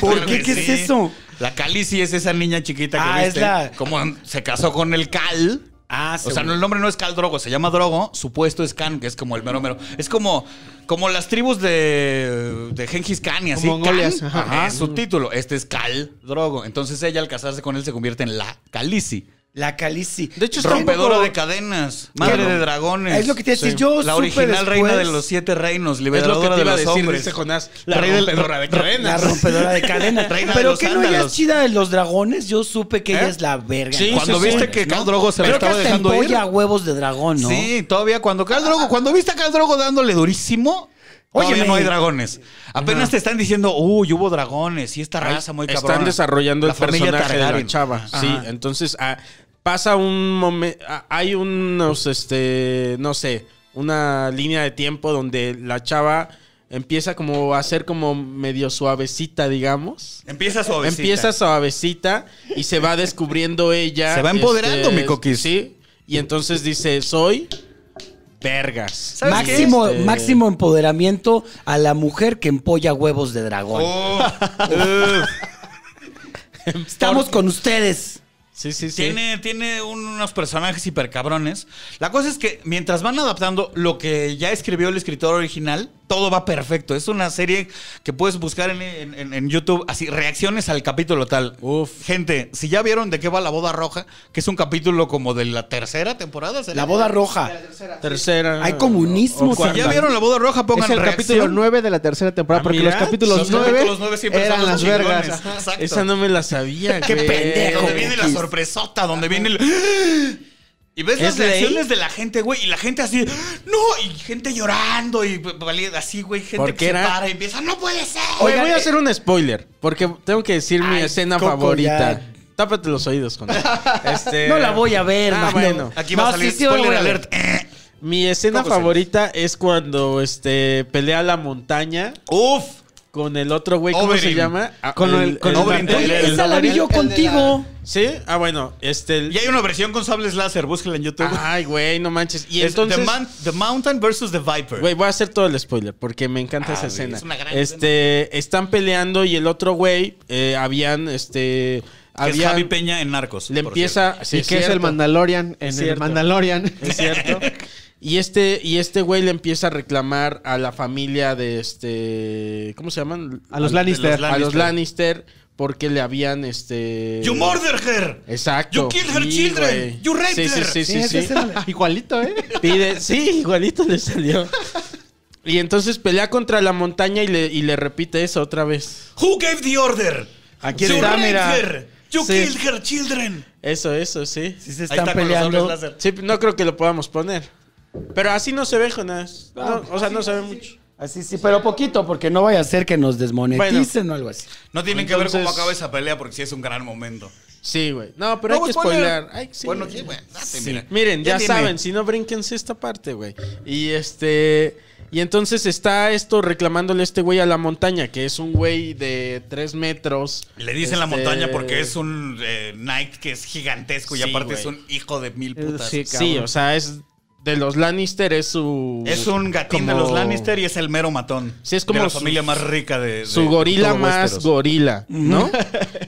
¿Por
Claro
qué?
que
¿Qué
sí.
es eso?
La Calici es esa niña chiquita que
Ah,
viste.
es la-
Como se casó con el Cal.
Ah,
O sea, no, el nombre no es Cal Drogo, se llama Drogo. Su puesto es Khan, que es como el mero mero. Es como, como las tribus de, de Genghis Khan y así.
Como mongolias,
Khan,
ajá.
ajá, es su título. Este es Cal Drogo. Entonces ella, al casarse con él, se convierte en la Calici.
La Calici.
De hecho, está un
Rompedora
poco-
de cadenas, madre de dragones.
Es lo que te decía.
Sí.
Yo
La
supe
original
después-
reina de los siete reinos, liberadora
es lo que te iba a
de
decir,
los hombres.
dice Jonás.
La
La
rey del-
rompedora de
La
cadenas.
rompedora de cadenas.
Reina de
Pero
los
que no ella es
ándalos.
chida de los dragones. Yo supe que ella es la verga.
Sí,
Cuando
sí,
viste
sí.
que Cal Drogo se la
Creo que
estaba
hasta
dejando ir.
empolla huevos de dragón, ¿no?
Sí, todavía cuando Khal Drogo, cuando viste a Khal Drogo dándole durísimo,
Óyeme.
todavía no hay dragones. Apenas te están diciendo, uy, hubo dragones y esta raza muy cabrona.
Están desarrollando
La
el
familia
personaje de la
Targaryen.
chava. Sí, entonces ah, pasa un momento. hay unos, este, no sé, una línea de tiempo donde la chava empieza como a ser como medio suavecita, digamos.
Empieza suavecita.
Empieza suavecita y se va descubriendo ella. este,
Se va empoderando, mi coquis.
Sí. Y entonces dice, soy vergas.
¿Sabes qué?
Máximo,
Este-
máximo empoderamiento a la mujer que empolla huevos de dragón.
Oh, [LAUGHS]
Estamos con ustedes.
Sí, sí, sí.
tiene tiene un- unos personajes hipercabrones. La cosa es que mientras van adaptando lo que ya escribió el escritor original, todo va perfecto. Es una serie que puedes buscar en, en- en- en YouTube, así, reacciones al capítulo tal. Uf. Gente, si ya vieron de qué va La Boda Roja, que es un capítulo como de la tercera temporada. ¿será?
La boda roja.
Tercera.
Hay
O
comunismo, sí.
Si ya
cuarta.
vieron La Boda Roja,
Es
pongan
el capítulo
reacción.
9 de la tercera temporada,
Ah,
porque
mira.
los capítulos
Los
9
capítulos nueve siempre
eran
son los
las
chingones.
vergas.
Ajá.
Ajá.
Exacto.
Esa no me la sabía.
Qué
güey.
pendejo.
Donde viene la sorpresota, donde viene el... Y ves las
¿Es ley?
reacciones de la gente, güey, y la gente así, no, y gente llorando, y valida- así, güey, gente
¿Por
que
qué
se
era?
para y empieza, no puede ser.
Oye,
Oigan,
voy a
eh,
hacer un spoiler, porque tengo que decir mi
Ay,
escena
Coco,
favorita.
ya.
Tápate los oídos con este...
No la voy a ver,
Ah,
mano.
bueno.
Aquí va
No,
a salir
sí, sí,
spoiler
voy a ver.
alert. Eh.
Mi escena
Coco, sí.
favorita es cuando este pelea la montaña
Uf.
con el otro güey, ¿cómo se
Oberyn.
llama? Ah,
Con el- con
Oberyn
el-
Tyler.
el-
Esa la vi yo
El de la-
contigo.
¿Sí? Ah, bueno, este el-
Y hay una versión con sables láser, búsquela en YouTube. [LAUGHS]
Ay, güey, no manches. Y
Es
Ah, entonces
the, Man- The Mountain versus The Viper.
Güey, voy a hacer todo el spoiler porque me encanta
Ah,
esa
güey,
escena.
es una gran
este, están peleando y el otro güey eh, habían este
que es
habían
Javi Peña en Narcos.
le
por
empieza sí,
y que es el
cierto.
Mandalorian en el
cierto.
Mandalorian.
Es cierto.
[LAUGHS]
Y este, y este güey le empieza a reclamar a la familia de este. ¿Cómo se llaman?
A los
Al- de
Lannister.
A los Lannister porque le habían este.
You murder her.
Exacto.
You killed her
Sí,
children.
güey.
You raped
sí, sí,
her.
sí, sí,
ese
sí.
es el- Igualito, ¿eh?
Pide, sí, igualito le salió. Y entonces pelea contra la montaña y le, y le repite eso otra vez.
Who gave the order?
Aquí
you
está,
raped
mira.
her. You
Sí.
killed her children.
Eso, eso, sí.
Si se
Ahí
están
está con los
peleando.
sables láser.
Sí, no creo que lo podamos poner. Pero así no se ve, Jonás. No, o sea, no se ve mucho.
Así sí, pero poquito, porque no vaya a ser que nos desmoneticen o algo así.
No tienen que ver
Entonces-
cómo acaba esa pelea porque sí es un gran momento.
Sí, güey. No, pero
No,
hay que
pues, ponle-
spoilear. Hay- sí,
Bueno,
güey.
sí, güey, date,
Sí.
mira.
Miren, ya,
tiene.
saben, si no brínquense esta parte, güey. Y este. Y entonces está esto reclamándole este güey a la montaña, que es un güey de 3 metros.
Le dicen la
Este-
montaña porque es un eh, knight que es gigantesco y
Sí,
aparte
güey.
es un hijo de mil putas.
Sí,
Sí,
cabrón.
o sea, es. De los Lannister es su.
Es un gatín de
como-
los Lannister y es el mero matón.
Sí, es como
de la
su-
familia más rica de. de
su gorila
todo
más
Westeros.
gorila,
[LAUGHS]
¿no?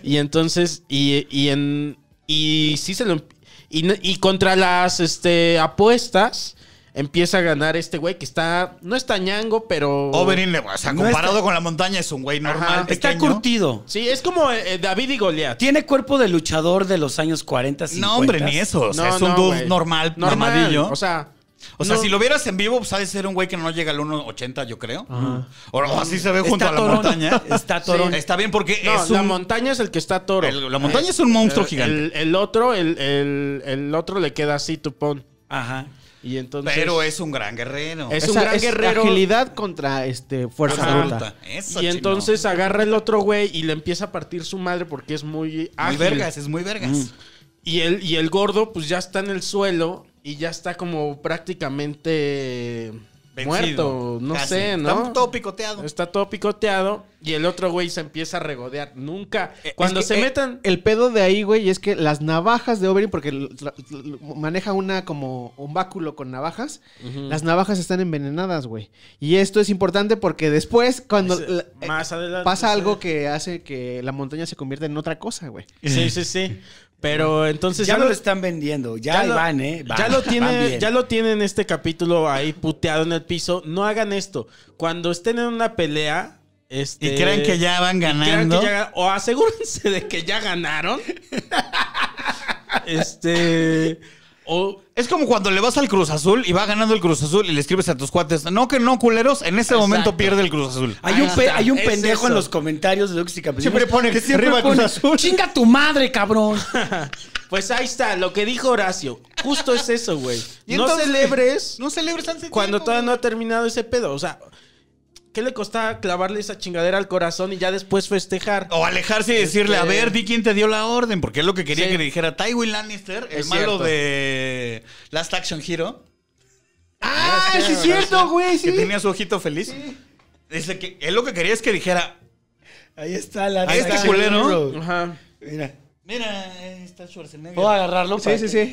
y entonces, y, y en. Y sí se lo. Y, no- y contra las este, apuestas, empieza a ganar este güey que está. No está ñango, pero.
Oberyn, o sea,
No
comparado
está-
con la montaña, es un güey normal.
Está
pequeño.
curtido.
Sí, es como eh, David y Goliat.
Tiene cuerpo de luchador de los años 40, 50.
No, hombre, ni eso. O sea, es un dude normal, mamadillo.
O sea.
O sea,
no-
si lo vieras en vivo, pues ha de ser un güey que no llega al 1.80, yo creo. O, o así se ve
Está
junto a la
torón.
[LAUGHS]
montaña.
Está torón.
Sí, Está bien porque
No,
es
la
un-
montaña es el que está toro.
el- la montaña es un monstruo
El-
gigante.
El, el otro, el, el- el otro le queda así tupón.
Ajá.
Y entonces.
Pero es un gran guerrero.
Es
Esa-
un gran guerrero.
Agilidad contra este, fuerza
Ajá.
bruta.
Eso,
y
chino.
entonces agarra el otro güey y le empieza a partir su madre porque es muy
Muy
ágil. Mm.
vergas, es muy vergas.
Y el, y el gordo, pues ya está en el suelo y ya está como prácticamente
Vencido.
muerto. No
Casi.
sé, ¿no? Este,
Está todo picoteado.
Está todo picoteado. Y el otro güey se empieza a regodear. Nunca.
Eh,
Cuando
es que,
se
eh,
metan.
El pedo de ahí, güey, es que las navajas de Oberyn, porque l- tra- l- maneja una como un báculo con navajas, las navajas están envenenadas, güey. Y esto es importante porque después, cuando
Ese-
la- eh,
más adelante,
pasa
sí.
algo que hace que la montaña se convierta en otra
[LAUGHS]
cosa, güey.
Sí, sí, sí. Pero entonces.
ya
ya
no lo
lo-
están vendiendo. Ya,
Ya
ahí
lo-
van, ¿eh? Van,
ya lo
van
tiene,
bien.
ya lo tiene en este capítulo ahí puteado en el piso. No hagan esto. Cuando estén en una pelea, este,
Y crean que ya van
y crean que
ganando.
ya- o asegúrense de que ya
[LAUGHS]
ganaron. este o
Es como cuando le vas al Cruz Azul y va ganando el Cruz Azul y le escribes a tus cuates, no que no, culeros, en ese momento pierde el Cruz Azul.
Hay un,
Ahí
pe-
está,
hay un
es
pendejo
eso.
en los comentarios de Lux y Campesinos
Siempre pone,
que siempre
"Arriba Cruz
pone,
Azul".
[LAUGHS] Chinga tu madre, cabrón.
pues ahí está lo que dijo Horacio. Justo es eso, güey.
Y
No
entonces-
celebres
No celebres antes de
cuando
tiempo,
todavía no
güey.
ha terminado ese pedo, o sea, ¿qué le costaba clavarle esa chingadera al corazón y ya después festejar?
O alejarse y decirle, a
Este-
ver, di quién te dio la orden, porque es lo que quería
Sí.
que le dijera Tywin Lannister, el
Es
malo
cierto.
de Last Action Hero,
¡Ah, sí es cierto,
[LAUGHS]
güey!
que
Sí.
tenía su ojito feliz. Dice que él lo que quería es que dijera,
Ahí está la
Ahí está
Action
culero.
Hero.
Ajá.
Mira,
mira, eh, está Schwarzenegger.
puedo agarrarlo.
Sí,
para
sí,
que-
sí.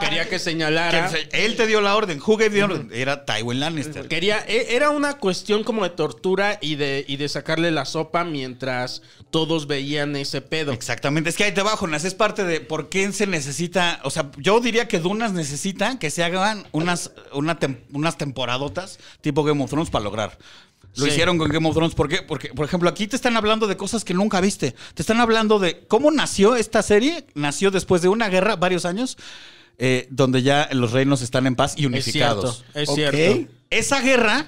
Quería que
Que,
señalara.
o sea, él te dio la orden, who gave the orden? Era Tywin Lannister.
Quería, e- era una cuestión como de tortura y de, y de sacarle la sopa mientras todos veían ese pedo.
Exactamente, es que ahí te bajo, Nas, es parte de por qué se necesita, o sea, yo diría que Dunas necesita que se hagan unas, una tem- unas temporadotas tipo Game of Thrones para lograr. Lo
Sí.
hicieron con Game of Thrones, ¿por qué? Porque, por ejemplo, aquí te están hablando de cosas que nunca viste, te están hablando de cómo nació esta serie, nació después de una guerra, varios años, eh, donde ya los reinos están en paz y
Es cierto,
unificados.
es
Ok.
cierto.
Esa guerra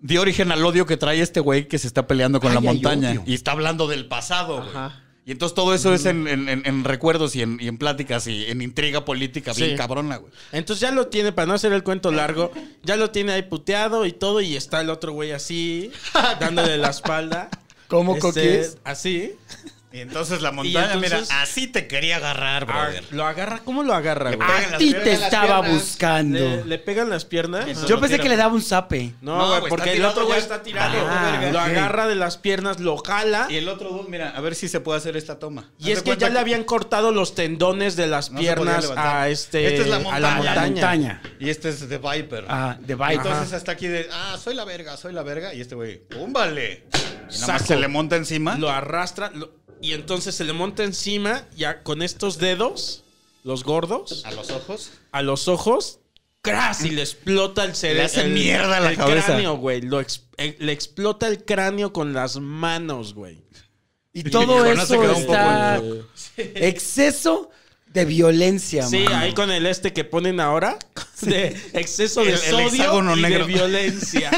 dio origen al odio que trae este güey que se está peleando con la
Ay, hay
montaña
odio.
y está hablando del pasado. güey.
Ajá.
Y entonces todo eso es en, en- en- en recuerdos y en, y en pláticas y en intriga política
Sí.
bien cabrona, güey.
Entonces ya lo tiene, para no hacer el cuento largo, ya lo tiene ahí puteado y todo, y está el otro
[LAUGHS]
güey así, dándole la espalda. Este,
¿Cómo coquis?
Así.
Y entonces la
montaña,
montaña,
mira,
mira, así te quería agarrar, brother.
Lo agarra, ¿cómo lo agarra,
Le
güey?
pega.
A ti
Las
te
piernas,
estaba
piernas.
buscando.
Le, le pegan las piernas.
Eso.
Yo
lo
pensé
tira.
que le daba un zape.
No,
No,
güey,
güey, está
porque el
tirado,
otro güey
ya.
está tirado.
Ah,
verga. Lo
ok.
agarra de las piernas, lo jala.
Y el otro dude, mira, a ver si se puede hacer esta toma. Haz
Y
de
es que
cuenta
ya le habían cortado los tendones de las
no se
piernas
podía levantar.
a este
Esta es la
a la
montaña.
montaña.
Montaña.
Y este es de Viper.
Ah, de
Y
Viper.
entonces hasta aquí de, ah, soy la verga, soy la verga. Y este güey, ¡púmbale! Y nada
Saco.
más se le monta encima.
Lo arrastra lo- y entonces se le monta encima ya con estos dedos, los gordos,
a los ojos.
a los ojos, ¡cras! y le explota el cerebro.
Le hace mierda la cabeza.
cráneo, güey. Lo ex- eh, le explota el cráneo con las manos, güey.
[LAUGHS]
Y todo
Bueno, se
eso
quedó un poco
[LAUGHS] está...
en-
Exceso de violencia,
Sí,
mano.
ahí con el este que ponen ahora. De exceso de
El- el
sodio
hexágono
y
negro.
de
[LAUGHS]
violencia.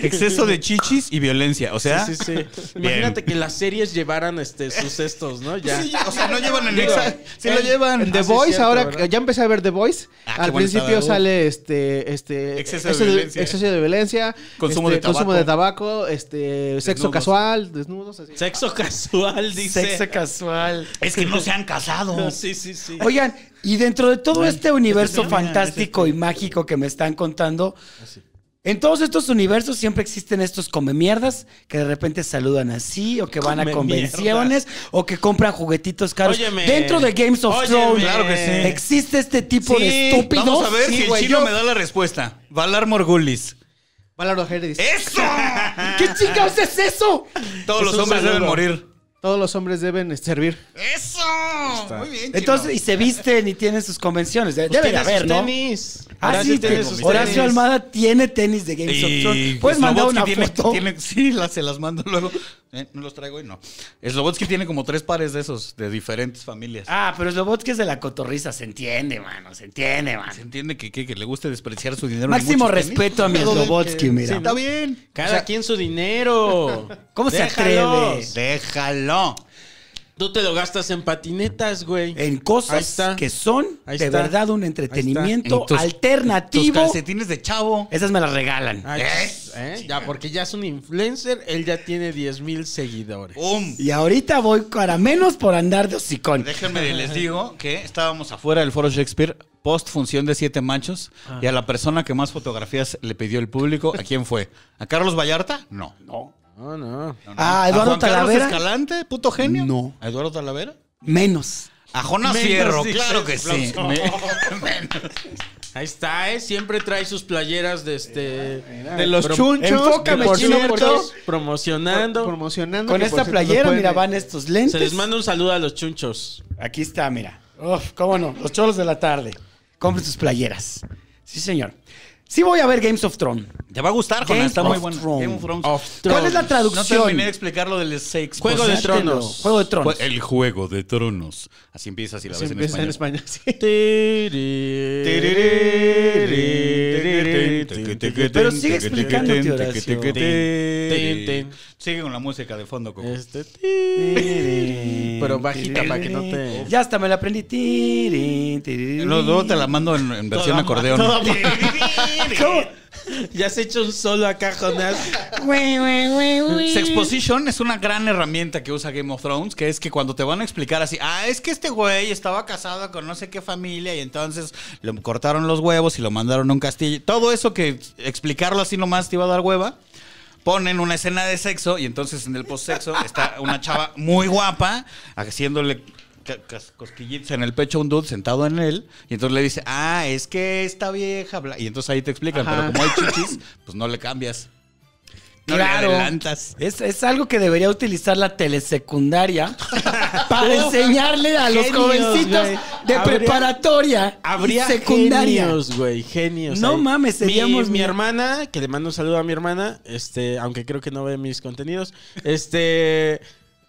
Exceso de chichis y violencia. O sea,
Sí, sí, sí. Imagínate que las series llevaran este, sus estos, ¿no? Ya.
Sí, o sea, no llevan el
Digo,
[LAUGHS]
exa. Sí lo
el-
llevan.
el
The
Ah, sí,
Voice,
cierto,
ahora
¿verdad?
ya empecé a ver The Voice.
Ah, qué
Al
bueno
principio
estaba.
sale este, este
Exceso de
ese-
violencia.
exceso de violencia,
Consumo
este,
de tabaco.
consumo de tabaco, este, sexo
Desnudos.
casual, desnudos. Así.
Sexo casual, dice.
Sexo casual.
Es que no se han casado.
No, [LAUGHS] sí, sí, sí.
Oigan, y dentro de todo este universo
sí,
fantástico y mágico que me están contando,
Ah,
en todos estos universos siempre existen estos come mierdas que de repente saludan así, o que van a
Come
convenciones, o que compran juguetitos caros.
Óyeme.
Dentro de Games of
Óyeme.
Thrones
Claro que sí.
existe este tipo de
Sí,
estúpidos.
vamos a ver
Sí,
si el
güey,
chino
yo-
me da la respuesta. Valar Morgulis.
Valor Ojeda dice,
¡Eso!
¿Qué
Ah.
chingados es eso?
[LAUGHS] Todos
Es
los
un
hombres
saludo.
deben morir.
todos los hombres deben eh, servir.
¡Eso! Muy bien, chino.
Entonces, y se visten y tienen sus convenciones.
Pues
De- Debe de
Tiene
haber,
sus
¿no?
tenis.
Ah,
Horacio
sí,
tiene
que
sus
Horacio
tenis.
Almada tiene tenis de Games of
pues
Thrones. Puedes mandar una
tiene,
foto.
tiene- sí, las- se las mando luego. Eh, no los traigo y no. Slobotsky tiene como tres pares de esos, de diferentes familias.
Ah, pero Slobotsky es de la cotorriza, se entiende, mano, se entiende, mano.
Se entiende que, que- que le gusta despreciar su dinero. en
Máximo
muchos tenis.
respeto a mi
Todo de
Slobotsky,
que-
mira.
Sí, está bien.
Cada
O sea,
quien su dinero.
¿Cómo se
Déjalos.
Déjalo.
Tú te lo gastas en patinetas, güey.
En
Ahí
cosas
está.
que son
Ahí
de
está.
verdad un
Ahí está.
entretenimiento
En tus- Tus
alternativo.
calcetines de chavo.
Esas me las regalan.
Ay, ¿eh? Ya, porque ya es un influencer, él ya tiene 10 mil seguidores.
¡Pum!
Y ahorita voy para menos por andar de hocicón. [LAUGHS]
Déjenme les digo que estábamos afuera del Foro Shakespeare, post función de siete machos,
Ah.
y a la persona que más fotografías le pidió el público, ¿a quién fue? ¿A Carlos Vallarta? No.
No, no.
No, no.
Ah, Eduardo
¿A Juan Carlos
Talavera?
Escalante, puto genio?
No.
¿A Eduardo Talavera?
Menos.
A Jonas
Menos
Fierro,
dices,
claro que sí.
aplauso.
Me- [LAUGHS] menos.
Ahí está, ¿eh? Siempre trae sus playeras de este. De
De los chunchos,
Enfócame,
que por
chino,
cierto,
porque promocionando.
Promocionando.
Con
que por
esta
cierto,
playera,
lo pueden-
mira, van estos lentes.
Se les manda un saludo a los chunchos.
Aquí está, mira. Uf, cómo no. Los cholos de la tarde. Compren sus playeras. Sí, señor. Sí voy a ver Games of Thrones.
Te va a gustar,
Game
Jonas, está muy
of
bueno.
Thrones.
Game of Thrones.
Of
¿Cuál es la
No
traducción?
terminé de explicar lo del sex. Pues
Juego de
Posátelo.
Tronos.
Juego de Tronos.
El juego de tronos. Así empieza si la
Se
ves en
empieza en
español.
español. sí.
Pero
sigue explicándote, Horacio.
Sigue con la música de fondo, Coco.
Este. Pero bajita para que no te.
Ya hasta me la aprendí. Tirin, tirin.
No, luego te la mando en, en versión
Toda ma-
acordeón.
toda ma- Ya has hecho un solo acá, Jonás.
Güey, güey, güey, güey.
Sexposition es una gran herramienta que usa Game of Thrones, que es que cuando te van a explicar así, ah, es que este güey estaba casado con no sé qué familia y entonces le cortaron los huevos y lo mandaron a un castillo. Todo eso que explicarlo así nomás te iba a dar hueva. Ponen una escena de sexo y entonces en el postsexo está una chava muy guapa haciéndole ca- cas- cosquillitas en el pecho a un dude sentado en él y entonces le dice, ah, es que esta vieja, bla", y entonces ahí te explican,
Ajá.
pero como hay chichis, pues no le cambias. No
Claro.
le adelantas.
Es, es algo que debería utilizar la
[LAUGHS]
telesecundaria para enseñarle a los
Oh. Genios,
jovencitos
güey.
de
Habría-
preparatoria
Habría
y secundaria.
genios, güey, genios.
No mames, seríamos-
Mi, mi hermana, que le mando un saludo a mi hermana, este, aunque creo que no ve mis contenidos, este,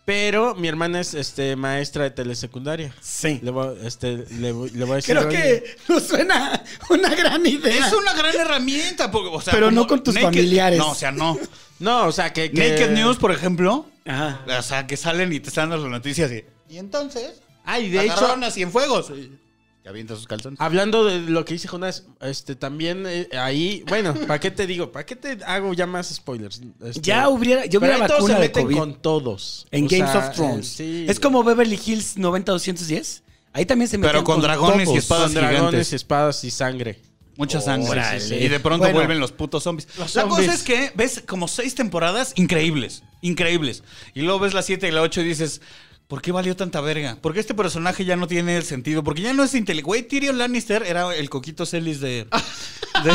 pero mi hermana es, este, maestra de telesecundaria.
Sí.
Le voy, a- este, le, voy- le voy a decir.
Creo
oye,
que nos suena una gran idea.
Es una gran herramienta. porque, o sea,
Pero no
como
con tus familiares.
No, o sea, no.
No, o sea, que... que-
Naked News, por ejemplo.
Ajá.
O sea, que salen y te están dando las noticias así. Y entonces,
Ay, de
de
hecho,
hecho, a Cienfuegos. Y avienta sus calzones.
Hablando de lo que dice Jonas, este también eh, ahí, bueno, ¿para qué te digo? ¿Para qué te hago ya más spoilers? Este,
Ya hubiera, yo
pero
hubiera
ahí todos
vacuna
se
de
meten
COVID
con todos.
en
O
Games
sea,
of Thrones.
eh, sí.
Es como Beverly Hills 90210. Ahí también se meten
Pero con dragones
todos.
y espadas
Con dragones,
gigantes.
espadas y sangre.
Mucha sangre.
Oh, Órale.
Sí, sí, sí. Y de pronto
Bueno.
vuelven los putos zombies.
Los
la
zombies.
cosa es que ves como seis temporadas increíbles. Increíbles. Y luego ves la siete y la ocho y dices. ¿Por qué valió tanta verga? Porque este personaje ya no tiene sentido. Porque ya no es inteligente. Güey, Tyrion Lannister era el coquito celis de, de,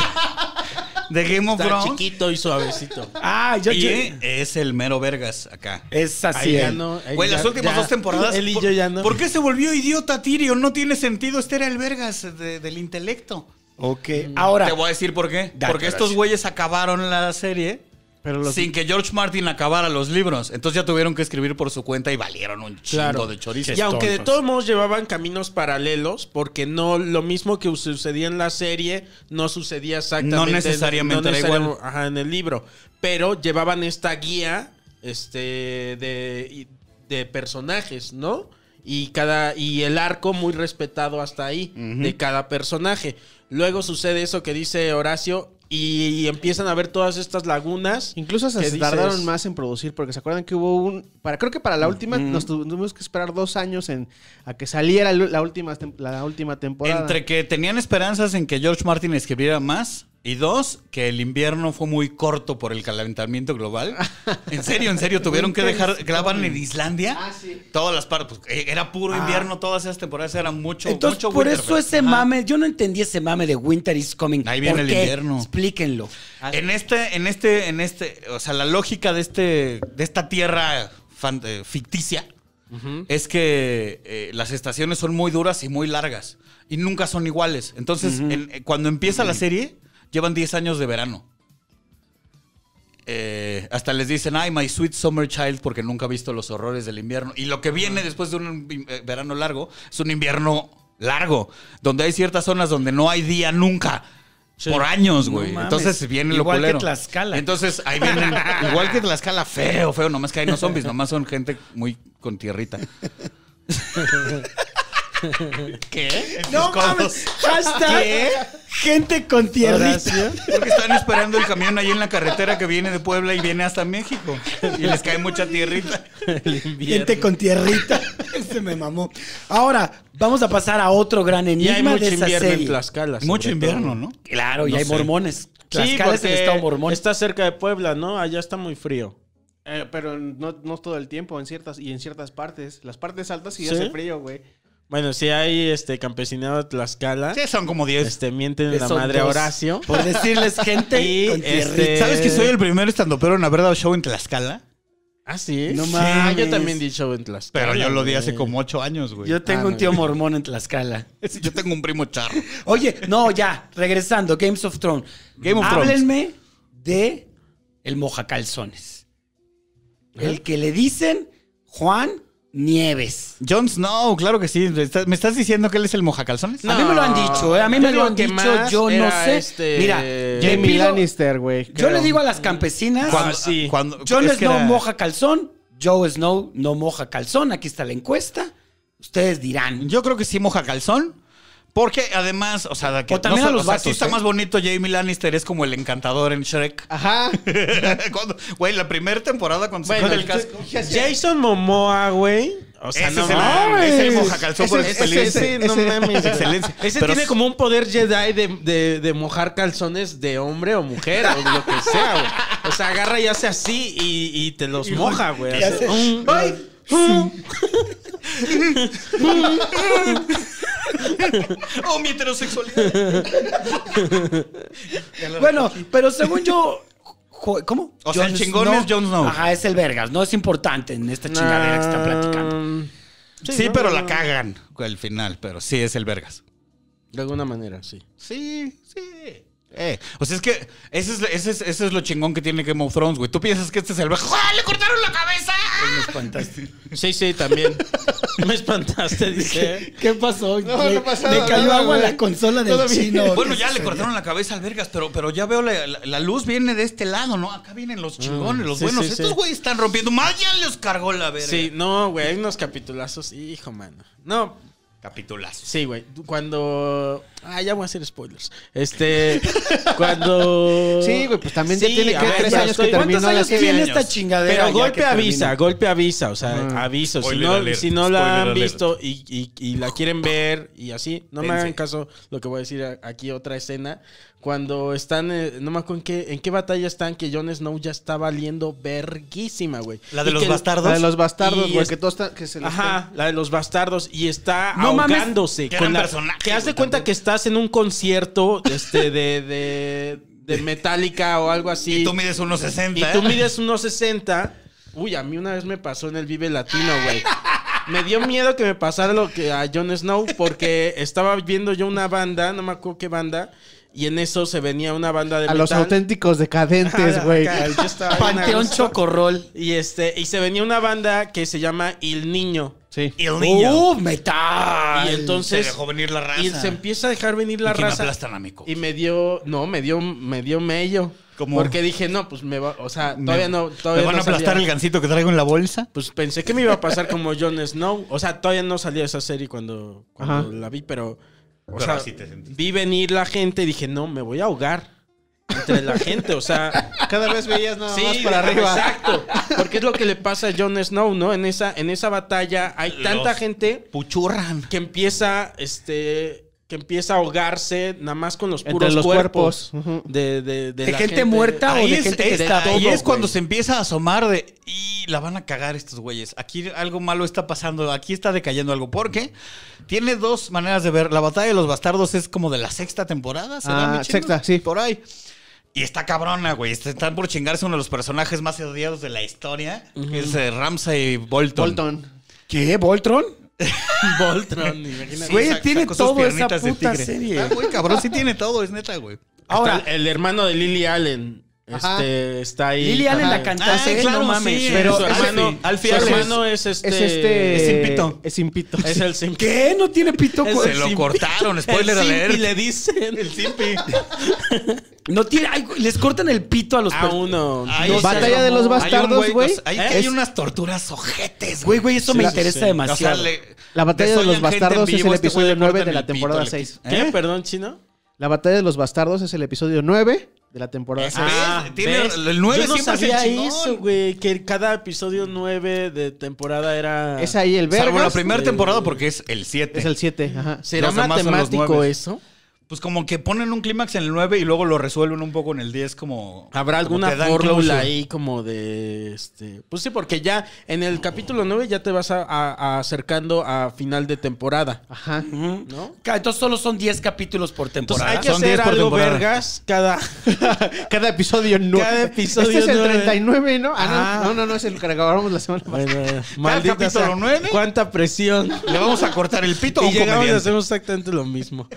de Game of
Está
Thrones.
chiquito y suavecito.
Ah, yo,
y
yo-
es el mero vergas acá.
es
Ahí
así.
ya
él.
no, ahí
Güey, las
ya-
últimas
ya.
dos temporadas.
[LAUGHS] Él y
¿por-
yo ya no.
¿Por qué se volvió idiota Tyrion? No tiene sentido. Este era el vergas de- del intelecto.
Ok. Ahora,
Te voy a decir por qué.
Date,
Porque estos
Horacio.
güeyes acabaron la serie
Pero los-
sin que George Martin acabara los libros. Entonces ya tuvieron que escribir por su cuenta y valieron un chingo
Claro.
de chorizo.
Y aunque de
Tontos.
todos modos llevaban caminos paralelos, porque no lo mismo que sucedía en la serie no sucedía exactamente.
No necesariamente era
necesari-
igual.
Ajá, en el libro. Pero llevaban esta guía este, de, y- de personajes, ¿no? Y, cada, y el arco muy respetado hasta ahí, de cada personaje. Luego sucede eso que dice Horacio, y, empiezan a ver todas
[LAUGHS]
estas lagunas.
Incluso se
que dices- Mm.
tardaron más en producir, porque se acuerdan que hubo un. Para, creo que para la última nos tu- tuvimos que esperar dos años en a que saliera lu- la última, tem- la última temporada.
Entre que tenían esperanzas en que George Martin escribiera más. Y dos, que el invierno fue muy corto por el calentamiento global. En serio, en
[LAUGHS]
serio, tuvieron que dejar, graban en Islandia.
Ah, sí.
Todas las partes, pues, eh, era puro invierno, todas esas temporadas eran mucho,
Ah. Entonces,
mucho
por
winter,
eso
pero-
ese mame, yo no entendí ese mame de Winter is Coming.
Ahí viene
¿Por
el
qué?
invierno.
Explíquenlo.
En este, en este, en este, o sea, la lógica de este, de esta tierra fan- eh, ficticia es que eh, las estaciones son muy duras y muy largas y nunca son iguales. Entonces, en- eh, cuando empieza la serie, llevan 10 años de verano. Eh, hasta les dicen, ay, my sweet summer child, porque nunca ha visto los horrores del invierno. Y lo que viene después de un in- eh, verano largo es un invierno largo, donde hay ciertas zonas donde no hay día nunca. Por años,
No
güey.
mames.
Entonces viene lo
Igual que
culero.
Tlaxcala.
Entonces ahí vienen.
[LAUGHS]
igual que Tlaxcala, feo, feo. Nomás que ahí no zombies, nomás son gente muy con tierrita. ¿Qué? En sus codos.
Hashtag gente con tierrita.
Porque están esperando el camión ahí en la carretera que viene de Puebla y viene hasta México. Y les cae mucha tierrita.
Gente con tierrita. [LAUGHS] Este me mamó. Ahora, vamos a pasar a otro gran
[LAUGHS] Y
enigma
hay mucho
de esa
invierno
serie.
en Tlaxcala. sobre
Mucho
todo.
invierno, ¿no?
Claro, y
No
hay
sé.
mormones.
Sí,
Tlaxcala es el
porque
estado mormón.
está cerca de Puebla, ¿no? Allá está muy frío.
Eh, pero no, no todo el tiempo, en ciertas, y en ciertas partes. Las partes altas sí,
¿Sí?
hace frío, güey.
Bueno, si hay este campesinado de Tlaxcala,
Sí, son como 10.
este mienten la
Son
madre a
dos.
Horacio.
Por decirles gente
[LAUGHS] Y,
con tierrita.
este,
¿Sabes que soy el primer estandopero en haber dado show en Tlaxcala?
Ah, sí.
No
Sí,
mames.
yo también di show en Tlaxcala.
Pero yo lo di
güey.
hace como 8 años, [LAUGHS] güey.
Yo tengo un tío mormón en Tlaxcala.
Yo tengo un primo charro.
Oye, no, ya, regresando, Games of Thrones.
Game of Thrones.
Háblenme de el mojacalzones. El que le dicen Juan Nieves.
Jon Snow, claro que sí. ¿Me estás- ¿Me estás diciendo que él es el mojacalzones?
A mí me lo han dicho, ¿eh? a mí
Yo
me lo
digo
han
que
dicho,
más
yo no
era
sé.
este-
Mira, le
Jamie
pido-
Lannister, güey.
yo
creo.
le digo a las campesinas,
Cuando-
Ah, sí.
cuando-
Jon
es que
Snow
era-
moja calzón, Joe Snow no moja calzón, aquí está la encuesta, ustedes dirán.
Yo creo que sí moja calzón. Porque además, o sea, de que
O también a los
o sea,
vatos,
sí está
¿eh?
más bonito Jamie Lannister, es como el encantador en Shrek.
Ah.
Ajá.
[LAUGHS] Cuando- Güey, la primera temporada cuando se
Bueno,
pone el casco.
Jason Momoa, güey. O sea,
Ese
no
es el-
mames.
es el mojacalzón por
Ese-
excelencia.
ese- no mames.
Excelencia.
Ese
Pero
tiene
es-
como un poder Jedi de, de- de mojar calzones de hombre o mujer o lo que sea, güey. O sea, agarra y hace así y, y te los moja, güey. Así, mm, ¡Ay!
¡Oh, mi heterosexualidad!
Bueno, pero según yo. jo- ¿Cómo?
O sea, el chingón es Jon Snow.
Ajá, es el Vergas, no es importante en esta chingadera que están platicando.
Mm,
sí, pero la cagan al final, pero sí es el Vergas.
De alguna manera, sí.
Sí, sí. Eh, o sea, es que ese es, ese es- ese es lo chingón que tiene Game of Thrones, güey. Tú piensas que este es el Vergas. ¡Ah, le cortaron la cabeza!
Pues
Ah.
Sí, sí, también. [LAUGHS] Me espantaste,
[LAUGHS]
dice.
¿Qué pasó?
No, no pasó
Le
nada,
cayó agua a
güey.
la consola del
Todo bien.
chino.
Bueno, ya le cortaron la cabeza al Vergas, pero, pero ya veo la, la- la luz viene de este lado, ¿no? Acá vienen los chingones, los
Mm, sí,
buenos.
sí,
Estos
sí.
güeyes están rompiendo. Más ya les cargó la verga.
Sí, no, güey, hay unos capitulazos. Hijo, mano. No,
Capitulazo.
sí, güey. Cuando. Ah, ya voy a hacer spoilers. Este. [LAUGHS] Cuando.
Sí, güey, pues también ya tiene,
a
¿qué? Tres
ya
años que
estoy-
terminó
¿Cuántos
la
años
serie?
tiene
años.
esta chingadera?
Pero
ya que
golpe
termina?
avisa, golpe avisa, o sea,
Ah.
aviso. Si
Spoiler
no,
alert,
si no la
spoiler
han
alert.
visto y, y- y
[LAUGHS]
la quieren ver y así, no me
Dense.
hagan caso lo que voy a decir a- aquí otra escena. Cuando están, eh, no me acuerdo en qué, en qué batalla están, que Jon Snow ya está valiendo verguísima, güey.
La de
Y
los
que-
bastardos.
La de los bastardos,
Y
güey,
es-
que todos están- que se les
Ajá, la de los bastardos y está
No mames.
ahogándose.
Gran
con la-
personaje,
que haz de
güey,
cuenta
también.
que estás en un concierto este, de, de,
[LAUGHS]
de Metallica o algo así.
Y tú mides unos 60.
Y tú
¿eh?
mides unos 60. Uy, a mí una vez me pasó en el Vive Latino, güey. Me dio miedo que me pasara lo que a Jon Snow porque estaba viendo yo una banda, no me acuerdo qué banda, Y en eso se venía una banda de
A los
metal.
[LAUGHS]
auténticos decadentes, güey.
Acá, yo estaba bien a
Panteón
gusto.
Chocorrol.
Y este, y se venía una banda que se llama Il Niño.
Sí.
Y el niño
¡Uh, metal!
y entonces.
se dejó venir la raza.
y se empieza a dejar venir la
Y que me
raza.
aplastan a mi coco.
Y me dio. No, me dio, me dio mello.
¿Cómo?
Porque dije, no, pues me va. O sea,
Me-
todavía no.
¿Me
Todavía
van
no
a aplastar
salía.
el gancito que traigo en la bolsa?
Pues pensé que me iba a pasar como Jon Snow. O sea, todavía no salía esa serie cuando, cuando
Ajá.
la vi, pero. O
Pero
sea,
así te sentiste.
vi venir la gente y dije, no, me voy a ahogar. Entre la gente, o sea.
Cada vez veías nada más
Sí,
para arriba.
Exacto. Porque es lo que le pasa a Jon Snow, ¿no? En esa, en esa batalla hay tanta
Los-
gente
Puchurran.
que empieza, este, que empieza a ahogarse nada más con los
Entre
puros
los
cuerpos,
cuerpos. Ujú.
de, de- de
¿De
la
gente muerta? o de gente que está
ahí
todo,
es cuando
güey.
se empieza a asomar de y la van a cagar estos güeyes. Aquí algo malo está pasando, aquí está decayendo algo. Porque tiene dos maneras de ver. La batalla de los bastardos es como de la sexta temporada, ¿será,
Ah,
mi chino?
sexta, sí.
Por ahí. Y está cabrona, güey. Est- Están por chingarse uno de los personajes más odiados de la historia, que es eh, Ramsay Bolton.
Bolton.
¿Qué? [LAUGHS] ¿Voltron?
Voltron, imagínate.
Güey,
saca-
tiene
sacó sus
todo esa
piernitas de
puta
tigre.
serie.
Está muy cabrón, sí tiene todo, es neta, güey.
Ahora,
Ahora,
el hermano de Lily Allen.
Ajá.
Este, está ahí.
Lily Allen
Ajá.
la cantante,
Ah, claro,
no mames.
sí,
Pero
pero,
su
Alfie.
hermano,
Alfie
su
Allen.
hermano es este.
Es este.
es sin pito.
Es sin pito.
Es el simp.
¿Qué? ¿No tiene pito?
Es
Se
el
lo
simp.
[LAUGHS]
cortaron, spoiler
El simp,
alert.
Y le dicen. El simpi.
No tiene. ay, güey, les cortan el pito a los
A
per-
uno.
Ahí
No
se
Batalla
armó.
de los
Hay un
bastardos, güey.
Ahí
¿Eh?
hay
Es-
unas torturas ojetes,
Güey, güey, eso me interesa
O sea,
demasiado.
le- pues,
La batalla de
desollan
los
gente en
bastardos es
vivo,
el
este güey
episodio
le
9 de
cortan
la
el pito,
temporada
le
6.
quitan-
¿Qué?
¿Eh?
Perdón, chino.
La batalla de los bastardos es el episodio 9 de la temporada
Es-
6.
Ah,
¿Ves? Tiene-
¿ves?
el nueve
Yo no
siempre es el
sabía
chingón.
eso, güey. Que cada episodio 9 de temporada era.
Es ahí el
Salvo la
vergas.
primera
de-
temporada porque es el 7.
Es el 7. Ajá.
¿Será
Los demás son los
matemático
nueves.
eso?
Pues como que ponen un clímax en el 9 y luego lo resuelven un poco en el 10 como...
¿Habrá
como
alguna
que dan closure.
fórmula ahí como de este? Pues sí, porque ya en el capítulo 9 ya te vas a- a- a acercando a final de temporada,
Ajá.
¿no?
Ca- Entonces solo son 10 capítulos por
Entonces
temporada.
hay que
Son 10
hacer
por
algo
temporada.
vergas cada
Cada episodio 9.
Cada episodio
este es el
nueve.
39, ¿no?
Ah.
Ah, no. No, no, no, es el que acabamos la semana pasada.
maldita
capítulo
sea,
nueve.
Cuánta presión.
Le vamos a cortar el pito a
[LAUGHS] Y
un
llegamos y
comediante.
hacemos exactamente lo mismo.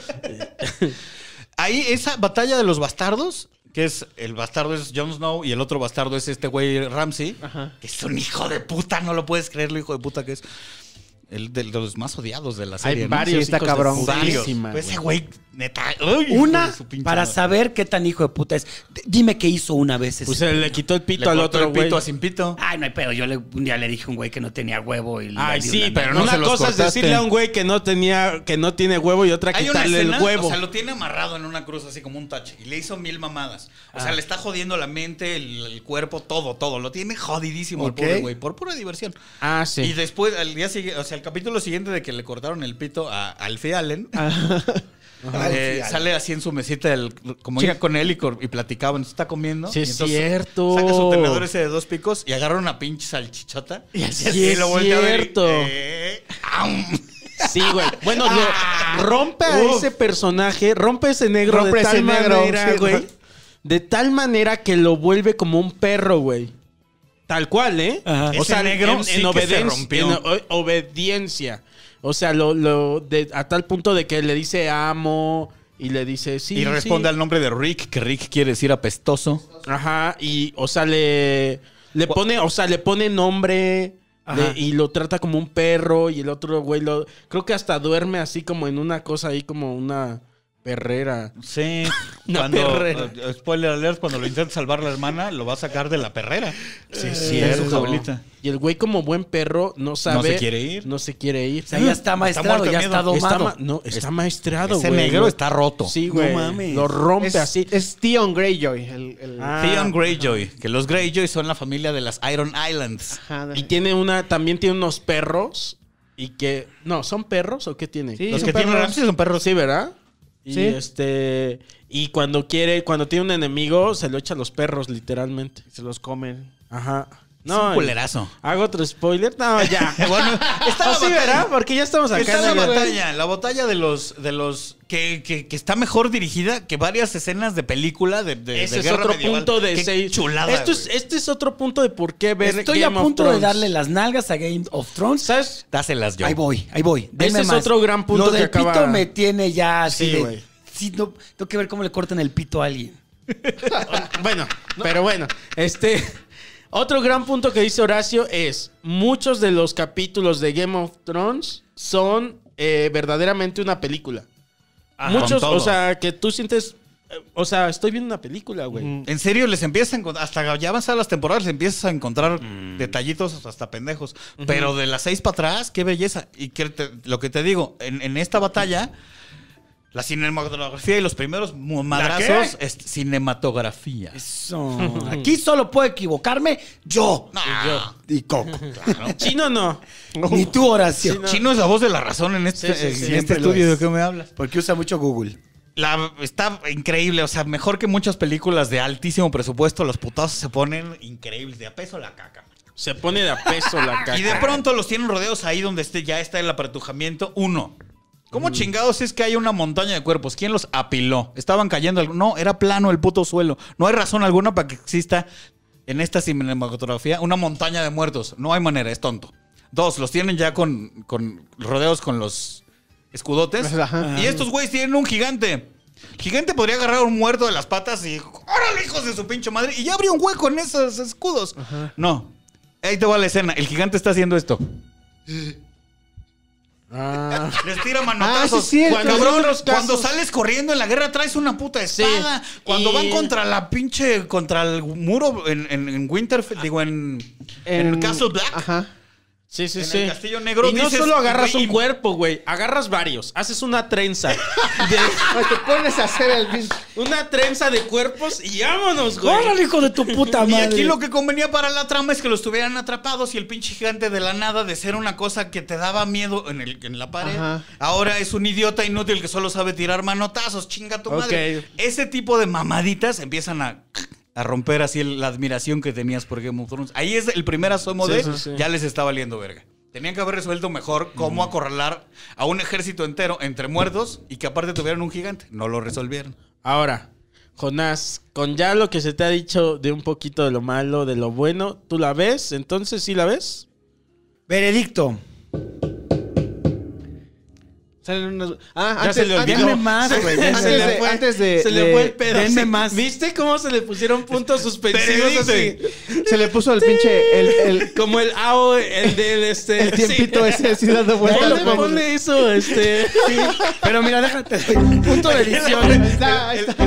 Ahí esa batalla de los bastardos, que es el bastardo es Jon Snow y el otro bastardo es este güey Ramsey, que es un hijo de puta, no lo puedes creer lo hijo de puta que es. El de, de los más odiados de la serie. ¿no?
varios, está
hijos de
cabrón.
Varios.
putísima,
Pues ese
güey.
güey, neta. uy, hijo
Una
de su pinche
para
madre.
saber qué tan hijo de puta es. D- Dime qué hizo una vez ese.
Pues se le quitó el pito
Le
al
cortó
otro
el
güey.
pito a sin pito.
Ay, no hay pedo. Yo le, un día le dije a un güey que no tenía huevo y le
Ay,
di
sí,
una-
pero
no
una
se los
cosa es
cortaste.
decirle a un güey que no tenía, que no tiene huevo y otra
Hay una
quitarle
escena,
el huevo.
o sea, lo tiene amarrado en una cruz así como un tache y le hizo mil mamadas. O sea, le está jodiendo la mente, el, el cuerpo, todo, todo. Lo tiene jodidísimo
Ok.
el pobre güey, por pura diversión.
Ah,
Y después, al día siguiente, o sea, el capítulo siguiente de que le cortaron el pito a Alfie Allen,
Ah.
[LAUGHS] eh, sale así en su mesita, el- como iba con él y, cor- y platicaban, está comiendo.
Sí,
y
es
entonces
cierto.
Saca su tenedor ese de dos picos y agarra una pinche salchichota. Y
Sí, es
voltea a ver y,
cierto.
eh, ¡aum!
Sí, güey. Bueno, lo-
Ah.
rompe a
Uf.
ese personaje, rompe ese negro
Rompe
de tal
ese negro,
manera,
sí.
güey. De tal manera que lo vuelve como un perro, güey. Tal cual, ¿eh? O
Ese
sea,
negro
en,
sí
en
que
obediencia,
se rompió.
en o- obediencia. O sea, lo, lo de, a tal punto de que le dice amo y le dice sí.
y responde
sí.
al nombre de Rick, que Rick quiere decir apestoso.
Ajá, y o sea, le, le pone, o sea, le pone nombre
Ajá.
le- y lo trata como un perro y el otro güey lo creo que hasta duerme así como en una cosa ahí como una perrera. [LAUGHS]
Sí,
Una
cuando,
perrera.
eh, spoiler alert, cuando lo intenta salvar la hermana, lo va a sacar de la perrera. Eh, Sí, es
Eso. Y el güey como buen perro no sabe
se quiere ir.
no se quiere ir.
O sea, ya está maestrado,
muerto
ya
de
está
miedo.
Está
domado.
ma- no, está maestrado,
Ese
güey.
negro está roto.
Sí,
No
güey.
mames.
Lo rompe
Es,
así.
es Theon Greyjoy. El, el-
Ah.
Theon Greyjoy, que los Greyjoy son la familia de las Iron Islands.
Ajá.
Y tiene una también tiene unos perros y que no, son perros o qué tiene?
Sí,
los
son
que tienen
perros.
Ramsey son perros.
Sí, ¿verdad? Y
Sí.
este y cuando quiere, cuando tiene un enemigo, se lo echa a los perros literalmente.
Se los comen.
Ajá.
No, es un
No.
culerazo.
Hago otro spoiler. No, ya.
[LAUGHS] Bueno, está
Así
la
verá,
batalla.
porque ya estamos acá.
Está la
en el-
batalla, la batalla de los, de los que, que- que está mejor dirigida que varias escenas de película de, de, de
Ese es
guerra
otro
medieval.
punto de
Qué
seis.
chulada.
Esto es,
güey.
este es otro punto de por qué ver
Estoy
Game
a
of
punto de
Thrones.
darle las nalgas a Game of Thrones.
¿Sabes?
Dáselas yo.
Ahí voy, ahí voy. Deme
Ese es
más.
otro gran punto
Lo
que
del
acaba-
pito me tiene ya así
Sí,
de-
güey.
Sí,
sí, no, tengo que ver cómo le cortan el pito a alguien.
bueno, pero bueno, este [LAUGHS] otro gran punto que dice Horacio es muchos de los capítulos de Game of Thrones son eh, verdaderamente una película.
Ah, con
muchos,
todo.
o sea, que tú sientes, eh, o sea, estoy viendo una película, güey.
En serio, les empiezas a encontrar, hasta ya avanzadas las temporadas, les empiezas a encontrar
Mm.
detallitos hasta pendejos. Pero de las seis para atrás, qué belleza. Y que te- lo que te digo, en, en esta batalla, la cinematografía y los primeros mu- madrazos es cinematografía.
[LAUGHS]
Eso. Aquí solo puedo equivocarme yo.
Ah,
Y Coco.
[LAUGHS] Chino no.
[LAUGHS] Ni tú, Horacio.
Chino es la voz de la razón en este,
Sí, sí,
en
sí.
este
Siempre lo
estudio.
es.
¿De qué me hablas?
Porque usa mucho Google.
La, está increíble, o sea, mejor que muchas películas de altísimo presupuesto, los putazos se ponen increíbles, de a peso la caca.
Se pone de a peso la
[LAUGHS]
caca.
Y de pronto los tienen rodeados ahí donde esté, ya está el apretujamiento. Uno. ¿Cómo chingados es que hay una montaña de cuerpos? ¿Quién los apiló? Estaban cayendo. al- No, era plano el puto suelo. No hay razón alguna para que exista en esta cinematografía una montaña de muertos. No hay manera, es tonto. Dos, los tienen ya con, con rodeos con los escudotes.
Ajá.
Y estos güeyes tienen un gigante. Gigante podría agarrar a un muerto de las patas y. ¡Órale, hijos de su pinche madre! Y ya abrió un hueco en esos escudos. No. Ahí te va la escena. El gigante está haciendo
[LAUGHS]
esto. Les tira manotazos.
Ah, sí es cierto.
cuando, cabrón,
En otros casos-
cuando sales corriendo en la guerra traes una puta espada.
Sí.
Cuando
Y-
van contra la pinche, contra el muro en, en, en Winterfell, digo, en, en, Castle Black.
Ajá.
Sí, sí,
En
sí.
el Castillo Negro
Y no
dices,
solo agarras
güey,
un cuerpo, güey. Agarras varios. Haces una
[LAUGHS]
trenza. De-
Pues te pones a hacer el mismo.
una trenza de cuerpos y vámonos, güey.
Órale, hijo de tu
[LAUGHS]
puta
Y
madre.
aquí lo que convenía para la trama es que los tuvieran atrapados y el pinche gigante de la nada de ser una cosa que te daba miedo en, el, en la pared,
Ajá.
ahora es un idiota inútil que solo sabe tirar manotazos, chinga tu
Ok.
madre. Ese tipo de mamaditas empiezan a, a romper así el- la admiración que tenías por Game of Thrones. Ahí es el primer asomo
Sí,
de
sí, sí.
ya les está valiendo verga. Tenían que haber resuelto mejor cómo acorralar a un ejército entero entre muertos y que aparte tuvieran un gigante. No lo resolvieron.
Ahora, Jonás, con ya lo que se te ha dicho de un poquito de lo malo, de lo bueno, ¿tú la ves? Entonces, ¿sí la ves?
Veredicto.
Salen unos. Ah,
Ya
antes,
se le
antes-
olvidó.
Denme más, güey. denme
Antes
más.
de- antes de-
se le
de-
fue el pedo.
denme
Sí,
más.
¿Viste cómo se le pusieron [LAUGHS] puntos suspensivos así?
Veredicto.
Se le puso el pinche. El, el,
Como el AO, el del este.
el tiempito
sí.
ese así dando vueltas.
Ponle, ponle eso, este.
Pero mira, déjate. Punto de edición.
Está, ahí está.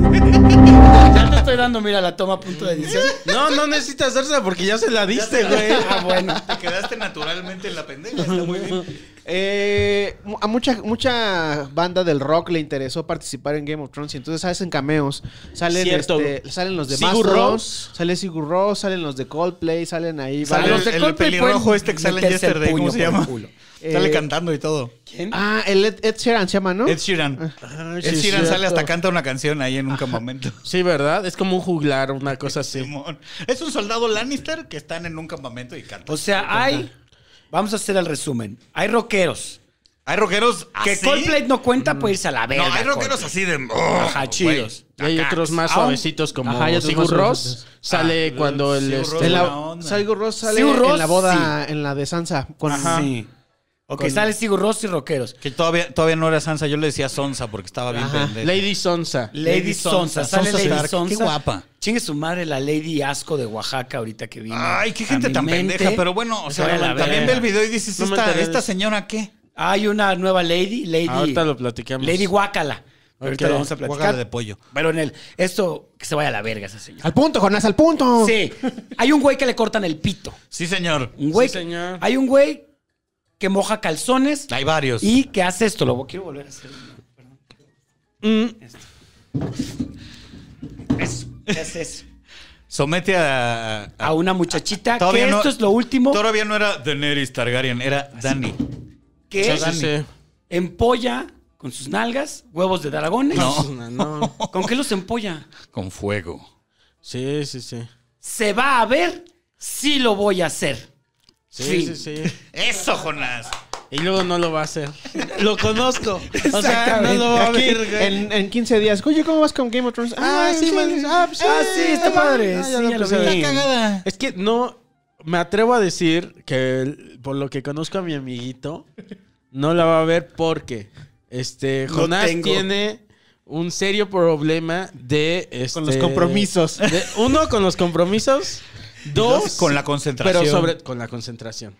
Ya te estoy dando, mira, la toma punto de edición.
No, no necesitas dársela porque [LAUGHS] ya se la diste, güey.
[LAUGHS] Ah, bueno.
Te quedaste naturalmente en la pendeja. Está muy bien.
Eh, mu- a mucha, mucha banda del rock le interesó participar en Game of Thrones y entonces hacen cameos. Salen,
Cierto.
este, salen los de
Sigur
Mastodon,
Rós.
sale Sigur Rós, salen los de Coldplay, salen ahí.
Sale
varios-
el- el pelirrojo este que sale en Yesterday, ¿cómo se llama? Sale
Eh,
cantando y todo.
¿Quién?
Ah, el Ed, Ed Sheeran se llama, ¿no?
Ed Sheeran. Ah, Ed
sí,
Sheeran
cierto.
sale hasta canta una canción ahí en un [LAUGHS] campamento.
Sí, ¿verdad? Es como un juglar, una cosa así.
Simón. Es un soldado Lannister que están en un campamento y canta.
O sea, hay. Vamos a hacer el resumen. Hay rockeros.
Hay rockeros
Que
así.
Coldplay no cuenta, puede irse a la
¿Ah, No,
verga.
hay rockeros así
Coldplay.
de. "Oh".
Ajá, chidos.
Y hay otros más
Aún-
suavecitos como
Ajá, hay otros
Sigur
más
Ross.
suavecitos.
Sale
Ah,
cuando el...
Sigur
este,
Rós.
En la-
Buena onda.
Sigur Rós sale
Sigur Rós,
en la boda, Ah, en la de Sansa. Con,
Sí. Ok,
Con-
sale Sigur Ross y rockeros.
Que todavía, todavía no era Sansa, yo le decía Sonsa porque estaba bien pendeja.
Lady Sonsa.
Lady Sonsa. Sale
Sonsa
Lady
Stark,
Sonsa.
qué guapa.
Chingue su madre la Lady Asco de Oaxaca ahorita que vino.
Ay, qué
a
gente
mi
tan
mente.
pendeja. Pero bueno, o
Se
sea,
vaya a la
también ve
verga.
el video y dices,
No me
¿esta,
enteré de
esta
eso.
señora qué?
Hay una nueva Lady, Lady.
Ah, Ahorita lo platicamos.
Lady Guacala. Ahorita
Ok.
lo vamos a
Guácala de
platicar.
pollo.
Pero en el, esto que se vaya a la verga esa
Ah,
señora.
Al punto, Jonás, al punto.
Sí. Hay un güey que le cortan el pito.
Sí, señor.
Un güey.
Sí, señor.
Hay un güey que moja calzones
Hay varios.
y que hace esto. Lo quiero volver a hacer. Eso. Es eso.
Somete a- a,
A una muchachita
Todavía
que
no-
esto es lo último
Todavía no era Daenerys Targaryen, era Dani.
que
Sí, sí, sí.
empolla con sus nalgas huevos de dragones.
No,
No.
¿Con qué los empolla?
con fuego.
Sí, sí, sí.
Se va a ver si lo voy a hacer.
Sí, sí,
Fin.
sí.
Eso, Jonás.
Y luego no lo va a hacer. Lo conozco. O sea, no
Exactamente.
lo va a
Aquí,
ver, güey.
en, en 15 días. Oye, ¿cómo vas con Game of Thrones?
Ah, sí, man. Ah, pues,
Ah, sí, está
eh,
padre.
ah, ya
Sí,
lo
ya lo
puse.
vi. Está cagada.
Es que no. Me atrevo a decir que el- por lo que conozco a mi amiguito, no la va a ver porque. Este.
No
Jonás
tengo.
tiene un serio problema de... Este,
Con los compromisos.
de- uno, con los compromisos. Dos,
Con la concentración.
Pero sobre, con la concentración.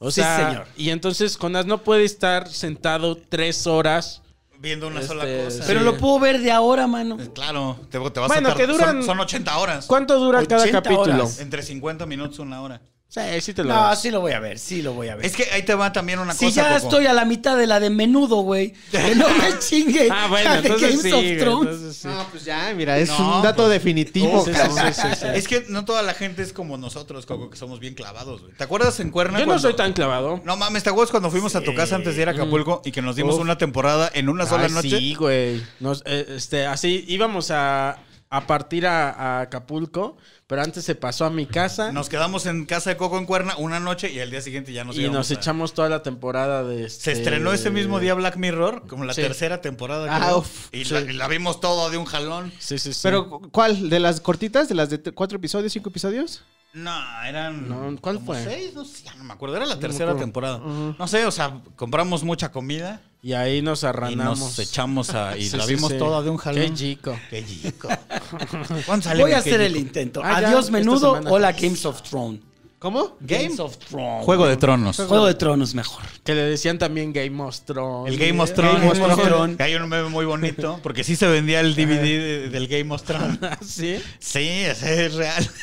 O
Sí,
sea,
señor.
y entonces Conas no puede estar sentado tres horas.
Viendo una
Este,
sola cosa. Eh,
Pero
Sí.
lo puedo ver de ahora, mano.
Claro, te, te vas
Bueno,
a tardar-
que duran-
Son, son 80 horas.
¿Cuánto dura cada
80
capítulo?
horas.
Entre 50 minutos, una hora.
Sí, sí te lo
No,
das.
sí lo voy a ver, sí lo voy a ver.
Es que ahí te va también una
si
cosa.
ya
Coco.
estoy a la mitad de la de menudo, güey. Que
[LAUGHS]
no me chingue.
Ah, bueno,
la [LAUGHS] de
entonces
Games
sí,
of
güey,
Thrones.
entonces sí.
No, pues ya, mira, es
No,
un dato
pues-
definitivo.
Sí, sí,
cabrón.
sí, sí, sí.
Es que no toda la gente es como nosotros, Coco, que somos bien clavados, güey. ¿Te acuerdas en Cuerna?
Yo no
cuando-
soy tan clavado.
No mames, ¿te acuerdas cuando fuimos a tu casa antes de ir a Acapulco y que nos dimos
Uf.
una temporada en una sola
Ay,
noche?
Sí, güey. Nos, eh, este, así íbamos a, a partir a, a Acapulco, pero antes se pasó a mi casa
Nos quedamos en casa de Coco en Cuerna una noche y al día siguiente ya nos
y
íbamos
nos
a-
echamos toda la temporada de.
Se
este-
estrenó ese mismo día Black Mirror, como la
Sí.
tercera temporada.
Ah,
creo.
uf,
y,
sí.
la, y la vimos todo de un jalón.
Sí, sí, sí.
Pero, ¿cu- ¿cuál? ¿De las cortitas? ¿De las de te- cuatro episodios, cinco episodios?
No, eran.
No, ¿cuál
como
fue?
Seis, no sé, ya no me acuerdo. Era la tercera
acuerdo.
temporada. No sé, o sea, compramos mucha comida
y ahí nos
y
arranamos.
nos echamos a. Y
Sí,
la
sí,
vimos
sí.
toda de un jalón.
Qué chico.
Qué chico. [LAUGHS] ¿Cuándo sale
Voy
mi
a
qué
hacer el
chico?
intento.
Ah, ya,
Adiós,
esta
menudo.
semana.
Hola, Games of Thrones.
¿Cómo?
Games of Thrones.
Juego de Tronos.
Juego de Tronos mejor.
Que le decían también Game of Thrones.
El Game of Thrones.
Game of Thrones.
Que Hay un meme muy bonito, porque sí se vendía el DVD de- del Game of Thrones.
¿Sí?
Sí, ese es real. [LAUGHS]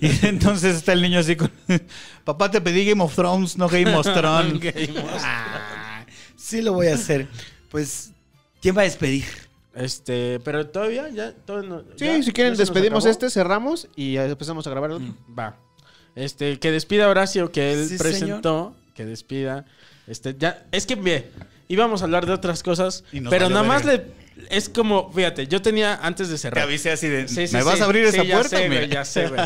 Y entonces está el niño así con... Papá, te pedí Game of Thrones, no Game of
[LAUGHS]
Thrones.
Ah, sí lo voy a hacer. Pues, ¿quién va a despedir?
Este, pero todavía ya. todo no-
Sí,
ya,
si quieren
ya se nos
despedimos
acabó.
este, cerramos y eh, empezamos a grabar el otro.
Va. Este, que despida a Horacio, que él
Sí,
presentó. Que despida. Este, ya. Es que, bien, íbamos a hablar de otras cosas.
Y nos
Pero
valió
nada más
verga.
le. Es como, fíjate, yo tenía antes de
Te
cerrar.
avisé así de...
Sí, sí,
¿Me
sí.
vas a abrir
Sí,
esa
ya
puerta?
sé,
Mira.
güey, ya sé, güey.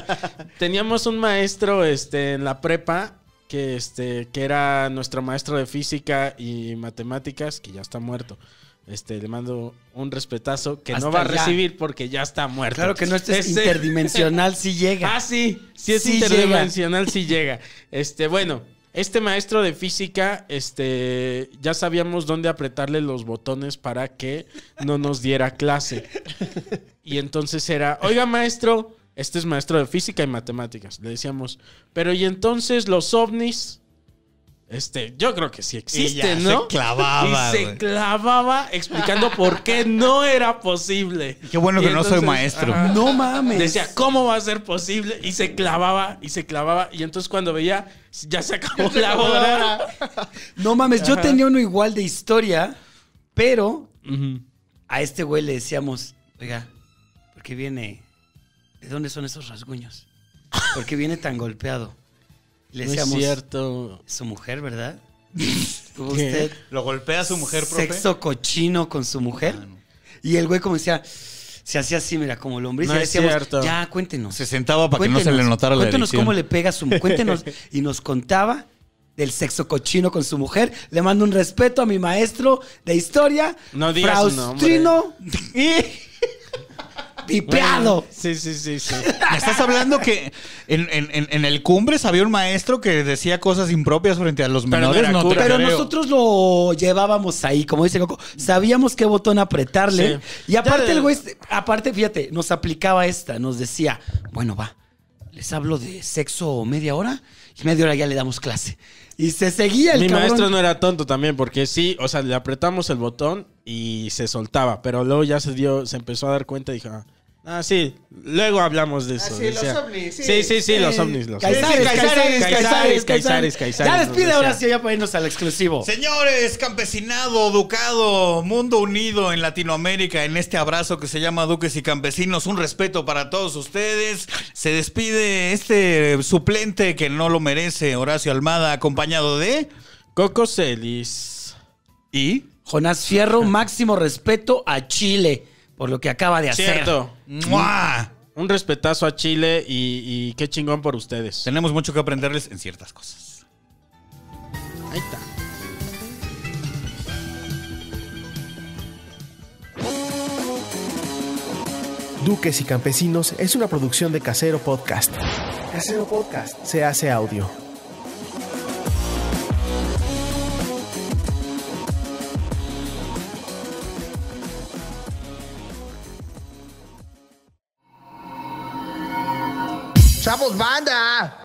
Teníamos un maestro este, en la prepa que, este, que era nuestro maestro de física y matemáticas, que ya está muerto. Este, le mando un respetazo que no
Hasta
va a
ya.
recibir porque ya está muerto.
Claro que no, este es
Este-
interdimensional si llega.
Ah, sí, sí es
Sí
interdimensional, sí llega. Este, bueno, este maestro de física, este, ya sabíamos dónde apretarle los botones para que no nos diera clase. Y entonces era, oiga maestro, este es maestro de física y matemáticas, le decíamos, pero y entonces los ovnis, este, yo creo que sí
ya
existen,
se
¿no?
clavaba,
Y se
güey.
clavaba explicando por qué no era posible.
Qué bueno
Y
que no soy
entonces,
maestro.
ajá.
No mames.
Decía, ¿cómo va a ser posible? Y se clavaba, y se clavaba. Y entonces cuando veía, ya se acabó la hora.
No mames, yo tenía uno igual de historia, pero a este güey le decíamos, oiga, ¿por qué viene? ¿De dónde son esos rasguños? ¿Por qué viene tan golpeado? Le
No es
decíamos,
cierto.
su
[LAUGHS]
mujer, ¿verdad? ¿Tuvo usted
¿Lo golpea a su mujer, profe?
sexo cochino con su mujer?
Ah,
Y el güey como decía, se hacía así, mira, como lombriz.
No
y le
es
decíamos,
cierto.
ya, cuéntenos.
Se sentaba para que no se
Cuéntenos,
le notara la
Cuéntenos
erección.
cómo le pega su
[LAUGHS]
cuéntenos y nos contaba del sexo cochino con su mujer. Le mando un respeto a mi maestro de historia,
No digas su
Fraustrino y [LAUGHS] pipeado.
Sí, sí, sí, sí.
¿Me estás hablando que en, en- en- en el Cumbres había un maestro que decía cosas impropias frente a los
Pero no
menores?
era
no te
cura.
Pero
creo.
nosotros lo llevábamos ahí, como dice Coco, sabíamos qué botón apretarle.
Sí.
Y aparte
Ya de-
el güey, aparte, fíjate, nos aplicaba esta, nos decía, bueno, va, les hablo de sexo media hora y media hora ya le damos clase. Y se seguía el
Mi
cabrón.
maestro no era tonto también, porque sí, o sea, le apretamos el botón y se soltaba. Pero luego ya se dio, se empezó a dar cuenta y dijo, ah, ah, sí, luego hablamos de eso.
sí, los
decía.
ovnis, sí.
sí, sí, sí, los ovnis. Los ovnis.
Caizares,
Sí, sí,
Caizares, Caizares,
Caizares, Caizares,
Ya
nos
despide
decía.
ahora sí, ya para irnos al exclusivo.
Señores, campesinado, ducado, mundo unido en Latinoamérica, en este abrazo que se llama Duques y Campesinos, un respeto para todos ustedes. Se despide este suplente que no lo merece, Horacio Almada, acompañado de...
Coco Celis.
¿Y?
Jonás Fierro, máximo respeto a Chile por lo que acaba de hacer.
Cierto.
¡Mua!
Un respetazo a Chile y, y qué chingón por ustedes.
Tenemos mucho que aprenderles en ciertas cosas.
Ahí está.
Duques y Campesinos es una producción de Casero Podcast. Casero Podcast se hace audio. ¡Chavos, banda!